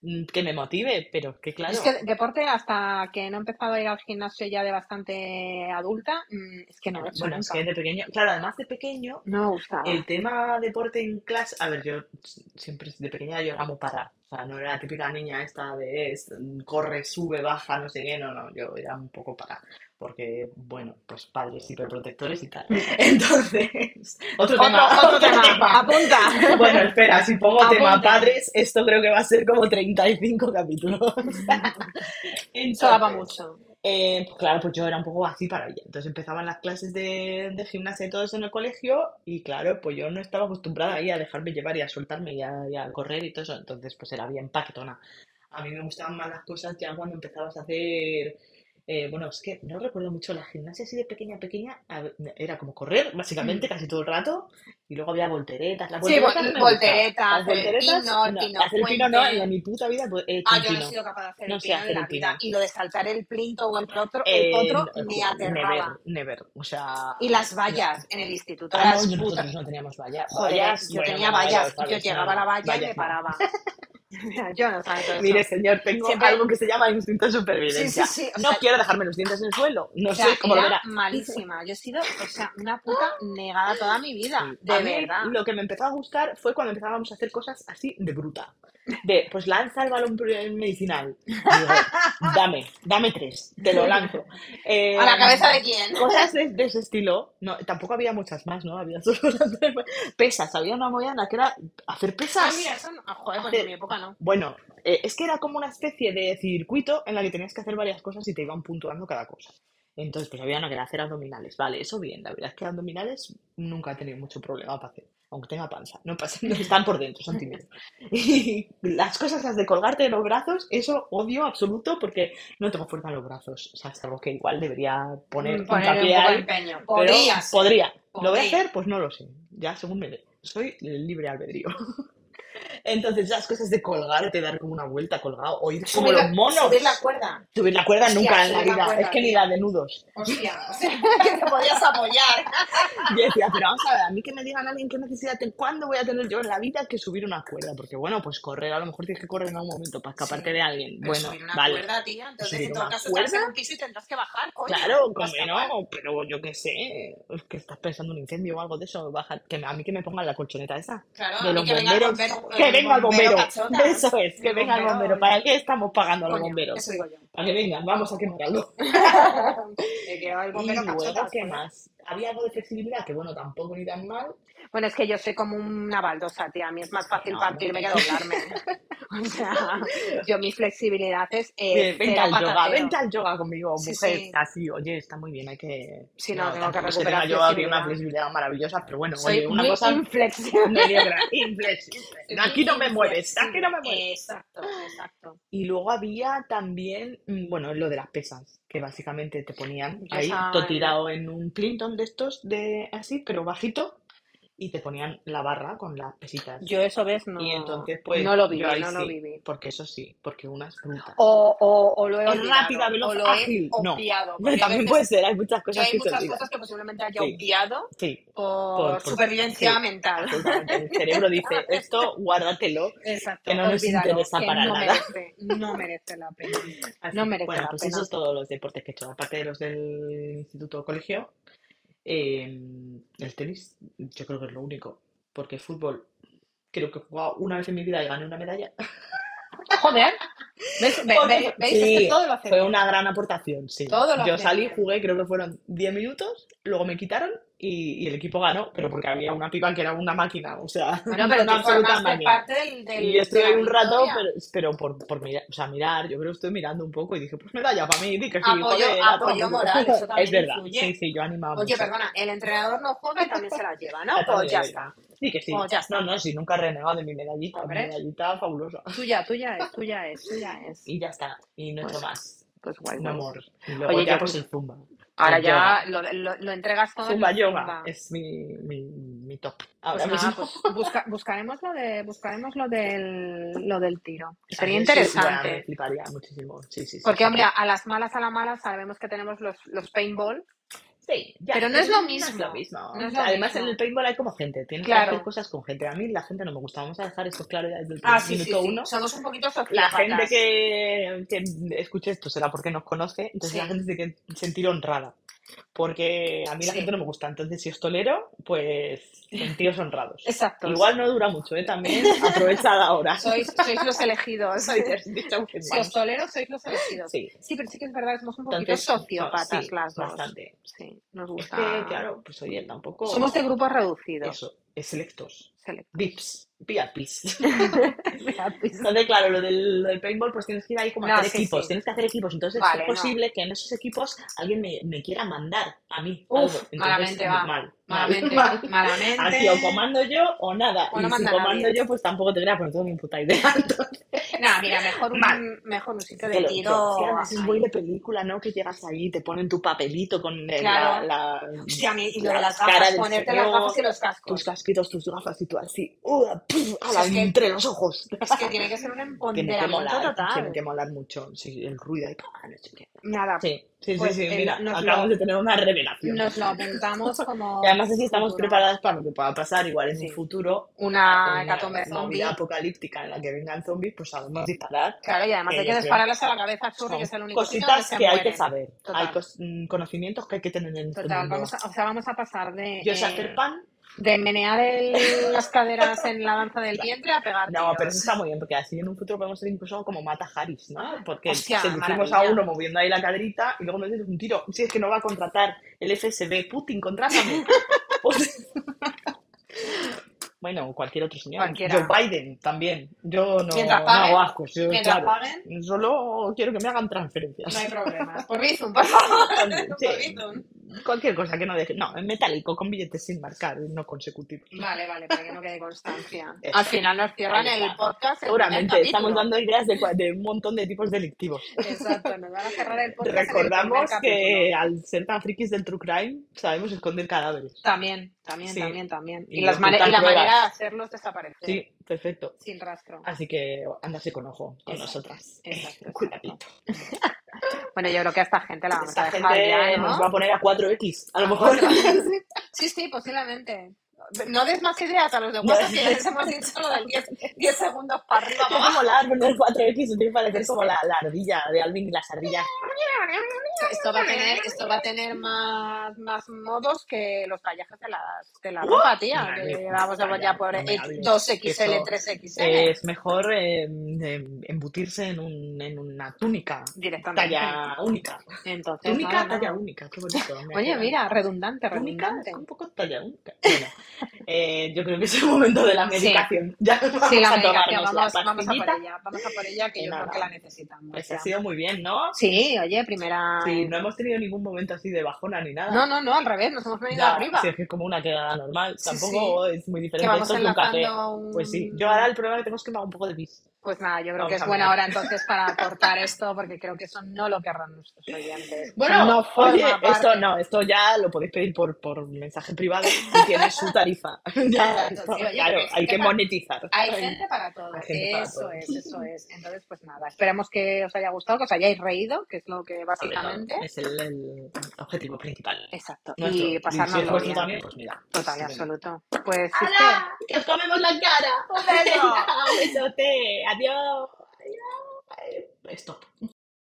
mm, que me motive, pero es que Yo es claro, que deporte, hasta que no he empezado a ir al gimnasio ya de bastante adulta, mm, es que no lo he hecho bueno, es que nunca. de pequeño, claro, además de pequeño, No me El gustaba. tema deporte en clase, a ver, yo s- siempre de pequeña yo era muy parada. O sea, no era la típica niña esta de es, corre, sube, baja, no sé qué, no, no, yo era un poco para, porque, bueno, pues padres hiperprotectores y tal. Entonces, otro tema, otro tema, apunta. Bueno, espera, si pongo tema Apunta. padres, esto creo que va a ser como 35 capítulos. Eso daba Entonces, mucho. eh, pues claro, pues yo era un poco así para ella. Entonces empezaban las clases de, de gimnasia y todo eso en el colegio y claro, pues yo no estaba acostumbrada ahí a dejarme llevar y a soltarme y a, y a correr y todo eso. Entonces pues era bien paquetona. A mí me gustaban más las cosas ya cuando empezabas a hacer... eh, bueno, es que no recuerdo mucho la gimnasia así de pequeña a pequeña. a ver, era como correr, básicamente, casi todo el rato. Y luego había volteretas. Las Sí, volteretas vol- no me voltereta, gustaban. Las hacer el volteretas, pino, el no. pino Hacer el pino no, puente. en mi puta vida he hecho Ah, un yo no he pino. sido capaz de hacer No el sé pino hacer en el la vida. pino. Y lo de saltar el plinto o el potro, el Eh, Otro potro no, me never, aterraba. never. O sea, Y las no. vallas en el instituto, Ah, no, las yo- putas. nosotros no teníamos vallas. Joder, Vallas, yo bueno, tenía bueno, vallas, vallas. Yo vallas, no, llegaba a la no, valla y me vallas no. paraba. Yo no sabía todo Mire, eso. señor, tengo Siempre, algo que se llama instinto de sí, sí, supervivencia. sí. O No sea, quiero dejarme los dientes en el suelo. No o sea, sé cómo lo era verá. malísima. Yo he sido, o sea, una puta negada toda mi vida. Sí. A De mí verdad. lo que me empezó a gustar fue cuando empezábamos a hacer cosas así de bruta. De, pues lanza el balón pri- medicinal. Digo, dame, dame tres, te lo ¿A lanzo. la Em, cabeza de quién? cosas de, de ese estilo. No, tampoco había muchas más, ¿no? Había solo las de- pesas. Había una movida en la que era hacer Ah, mira, pesas. eso no. ah, joder, pues en mi Hacer... época no. Bueno, eh, es que era como una especie de circuito en la que tenías que hacer varias cosas y te iban puntuando cada cosa. Entonces, pues había una que era hacer abdominales. Vale, eso bien. La verdad es que abdominales nunca he tenido mucho problema para hacer. Aunque tenga panza. No pasa, no están por dentro, son tímidos. Y las cosas, las de colgarte de los brazos, eso odio absoluto porque no tengo fuerza en los brazos. O sea, es algo que igual debería Ponerle poner Mm, un hincapié poco de ahí, empeño. pero Podría ser. podría. ¿Lo voy a Podría. hacer? Pues no lo sé. Ya según me dé. Soy libre albedrío. Entonces, las cosas de colgarte, dar como una vuelta colgado, o ir como Subir los la, subir la monos. cuerda. Subir la cuerda Hostia, nunca en la subir la vida. Es cuerda, que ni tía. la de nudos. Hostia, o sea, que te podías apoyar. Y decía, pero vamos a ver, a mí que me digan alguien qué necesidad, tengo, ¿cuándo voy a tener yo en la vida que subir una cuerda? Porque bueno, pues correr, a lo mejor tienes que correr en algún momento para escaparte Sí, de alguien. pero Bueno, subir una vale. cuerda, tía. Entonces, ¿Subir en todo una caso, estarás cuerda? en un piso y tendrás que bajar, coño, Claro, para como que escapar. no, pero yo qué sé, es que estás pensando en un incendio o algo de eso, baja, que a mí que me pongan la colchoneta esa Claro, de a mí los que venga el bomberos, bombero, el que venga el bombero bombero, cachota. eso es, que El venga el bombero, bombero, el- ¿para qué estamos pagando a los coño, bomberos? eso digo yo. Para que vengan, vamos a quemarlo. Me quedaba el bombero Y cachota luego, al ¿qué poder. más? Había algo de flexibilidad, que bueno, tampoco ni tan mal, Bueno, es que yo soy como una baldosa, tía. A mí es más que fácil no, hombre. partirme que doblarme. O sea, yo mi flexibilidad es Bien, eh, Vente cero al yoga, vente patatero. al yoga conmigo, Sí, mujer, sí. así, oye, está muy bien, hay que... Si no, No, tengo que tampoco es que recuperar tenga yo aquí una flexibilidad. flexibilidad maravillosa, pero bueno, Soy oye, una muy cosa inflexible. mediocre, inflexible. Soy De muy aquí no me mueves, de aquí no inflexible. me mueves. Exacto, exacto. Y luego había también, mm, bueno, lo de las pesas, que básicamente te ponían Yo ahí, todo esa no. tirado en un plinton de estos, de así, pero bajito, y te ponían la barra con las pesitas. Yo eso, ¿ves? Y No, entonces, pues, no lo yo viví, ahí no lo sí, viví. porque eso sí, porque una es bruta. O, o, o lo he Es rápida, olvidado, veloz, o lo he ágil. No. obviado, Pero porque hay también puede veces, ser, hay muchas yo cosas hay que se muchas olvidan. cosas que posiblemente haya Sí, obviado sí. Por, por por, supervivencia sí, mental. absolutamente. El cerebro dice, esto guárdatelo, que Exacto, no nos olvídalo, interesa que para no nada. merece, no merece la pena. No Así que, merece bueno, la pues pena. esos todos los deportes que he hecho, aparte de los del instituto o colegio, eh, el tenis yo creo que es lo único, porque fútbol creo que he jugado una vez en mi vida y gané una medalla. Joder, ¿ves? Ve- Porque ve- fue- ¿Veis? Es que sí, todo lo haces fue bien, una gran aportación, sí. todo lo Yo haces salí, bien. jugué, creo que fueron 10 minutos, luego me quitaron y, y el equipo ganó, pero porque había una piba que era una máquina, o sea, Bueno, pero una tú absoluta formaste máquina. parte del, Y yo del, de estuve la ahí un rato, victoria. pero, pero por, por mirar, o sea, mirar, yo creo que estoy mirando un poco y dije, pues medalla para mí, di que sí, Apoyo, joder, a todo el apoyo mundo. moral, eso Es también verdad, sí, influye. sí, yo animaba Oye, mucho. perdona, el entrenador no juega y también se la lleva, ¿no? Ah, Pues También ya es verdad. está, Sí que sí. pues ya No, está. no, sí, nunca he renegado de mi medallita, mi Hombre, medallita fabulosa. tuya, tuya es, tuya es, tuya es. Y ya está, y no he hecho Pues, más. pues guay, No guay. more. Y luego Oye, ya yo pues el zumba, ahora el yoga. ya lo, lo, lo entregas todo en Zumba el yoga Zumba. es mi, mi, mi top Pues ahora mismo. nada, pues busca, buscaremos lo de, buscaremos lo del, lo del tiro. A Sería mí sí, bueno, me interesante. fliparía muchísimo. Sí, sí, sí, Porque, sí. hombre, a las malas, a la mala, sabemos que tenemos los, los paintball, Sí, ya, pero no pero es lo no es lo mismo. mismo. No es O sea, lo Además, en el mismo. paintball hay como gente, tienes que hacer Claro. cosas con gente. A mí la gente no me gusta, vamos a dejar esto claro ya desde el primer Ah, sí, sí, minuto sí. uno. Somos un poquito La gente sociópatas. que, que escuche esto será porque nos conoce, entonces la Sí. gente se tiene que sentir honrada. Porque a mí la Sí. gente no me gusta, entonces si os tolero, pues sentidos honrados. Exacto. Igual no dura mucho, ¿eh? También aprovechad ahora. Sois, sois los elegidos. Soy de- dicha Si ofendida. os tolero, sois los elegidos. Sí. Sí, pero sí que es verdad, somos un poquito Entonces, sociópatas no, sí, las dos. Bastante. Sí, nos Es gusta. que, claro, pues oye, tampoco. Somos de grupos reducidos. Eso, es selectos. Select. VIPs, VIPs. Mira, pues, Entonces, claro, lo del, lo del paintball, pues tienes que ir ahí como a No, hacer sí, equipos, sí. tienes que hacer equipos. Entonces, Vale, es no. posible que en esos equipos alguien me, me quiera mandar a mí Uf, algo. Entonces, malamente Mal, va. mal, Malamente, mal. malamente. Así, o comando yo o nada. O no y si manda comando nadie. yo, pues tampoco te voy a poner toda mi puta idea. Entonces, No, mira, mejor un, mejor un sitio que de lo- tiro. es que a veces ahí. voy de película, ¿no? Que llegas ahí, te ponen tu papelito con el- Claro. la, la- Hostia, a mí, y lo de la las cara gafas, del ponerte las señor, gafas y los tus cascos. casquitos, tus gafas y tú así, ¡uah! ¡puf! ¡Ala! es que- entre los ojos. Es que tiene que ser un Tiene que empoderamiento molar, tiene total. que molar mucho. Sí, el ruido y ¡pah! no sé qué. Nada, Sí, sí, Pues, sí, sí, eh, mira, nos acabamos lo- de tener una revelación. nos lo apuntamos como. Y además así estamos futuro. preparadas para lo que pueda pasar, igual en Sí. Ah, un futuro, Una una hecatombe zombie. movida apocalíptica en la que vengan zombies, pues sabemos disparar. Claro, y además que hay yo que creo- dispararles a la cabeza a Churri, Eh, Son que es el único sitio donde cositas se que hay que mueren. saber. Total. Hay cos- mm, conocimientos que hay que tener en este Total, mundo. vamos a, o sea, vamos a pasar de, Yo sé eh, hacer pan. de menear el- las caderas en la danza del vientre a pegar No, pero eso tiros. está muy bien, porque así en un futuro podemos ser incluso como Mata Harris, ¿no? Porque Hostia, seducimos a maravilla. uno moviendo ahí la caderita y luego nos dices un tiro. Si es que no va a contratar el FSB, Putin, contrátame. Pues bueno, cualquier otro señor. Cualquiera. Joe Biden también. Yo no, Mientras no paguen, hago ascos. Yo, mientras claro, paguen. Solo quiero que me hagan transferencias. No hay problema. Por Bizum, por favor. Por Sí. Bizum. Cualquier cosa que no deje. No, en metálico, con billetes sin marcar, no consecutivos. Vale, vale, para que no quede constancia. Eso. Al final nos cierran Eh, Ahí está. el podcast. el Seguramente primer estamos capítulo. dando ideas de, cua- de un montón de tipos delictivos. Exacto, nos van a cerrar el podcast. en el primer Recordamos que capítulo. al ser tan frikis del true crime sabemos esconder cadáveres. También, también, Sí. también, también. Y, Y las mane- ocultar y la pruebas. manera de hacerlos desaparecer. Sí, perfecto. Sin rastro. Así que andarse con ojo con Exacto, nosotras. exacto, exacto. Cuidadito. Eh, Bueno, yo creo que a esta gente la vamos Esta a dejar gente ya, ¿eh? ¿no? nos va a poner a 4X. A lo mejor. Sí, sí, posiblemente. No des más ideas a los de No, WhatsApp, sí. que ya les hemos dicho lo del 10, 10 segundos para arriba, para Va a abajo. molar poner 4X y tiene que parecer como la, la ardilla de Alvin y las ardillas. Esto va a tener, esto va a tener más, más modos que los tallajes de la, de ¡Oh! la ropa, tía. Madre Que mía, llevamos pues vaya, ya por no me eh, hables. 2XL, Eso 3XL. Es mejor eh, em, embutirse en, un, en una túnica. directamente. Talla única. Entonces, Túnica, nada, nada. talla única. Qué bonito. me ha Oye, quedado. mira, redundante, Única, redundante. un poco talla única. Bueno, eh, yo creo que es el momento de la Sí. medicación. Ya vamos Sí, la a medicación, tomarnos vamos, la vamos a por pastillita. ella, vamos a por ella, que Y yo nada. creo que la necesitamos. Pues ya. ha sido muy bien, ¿no? Sí, oye, primera. Sí, no hemos tenido ningún momento así de bajona ni nada. No, no, no, al revés, nos hemos venido Ya, arriba. si es que es como una quedada normal, Sí, tampoco es muy que diferente vamos esto que un café. enlazando un... Pues sí, yo ahora el problema que tengo es que me hago un poco de pis. Pues nada, yo creo Vamos que es a buena mirar. hora entonces para cortar esto, porque creo que eso no lo querrán nuestros oyentes. Bueno, no forma oye, parte. esto no, esto ya lo podéis pedir por, por mensaje privado y tiene su tarifa. Ya, Exacto, esto, sí, oye, claro, porque es hay que que pa- monetizar. Hay gente para todo, Hay gente para eso todo. es, eso es. Entonces, pues nada, esperemos que os haya gustado, que os hayáis reído, que es lo que Sobre todo, básicamente... Es el, el objetivo principal. Exacto, Nuestro. y si es pasárnoslo vuestro bien. también, pues mira. Total y estupendo. absoluto. Pues, Sister, ¡Hala! ¡Que os comemos la cara! Venga, Un besote. Adiós. Adiós. Stop.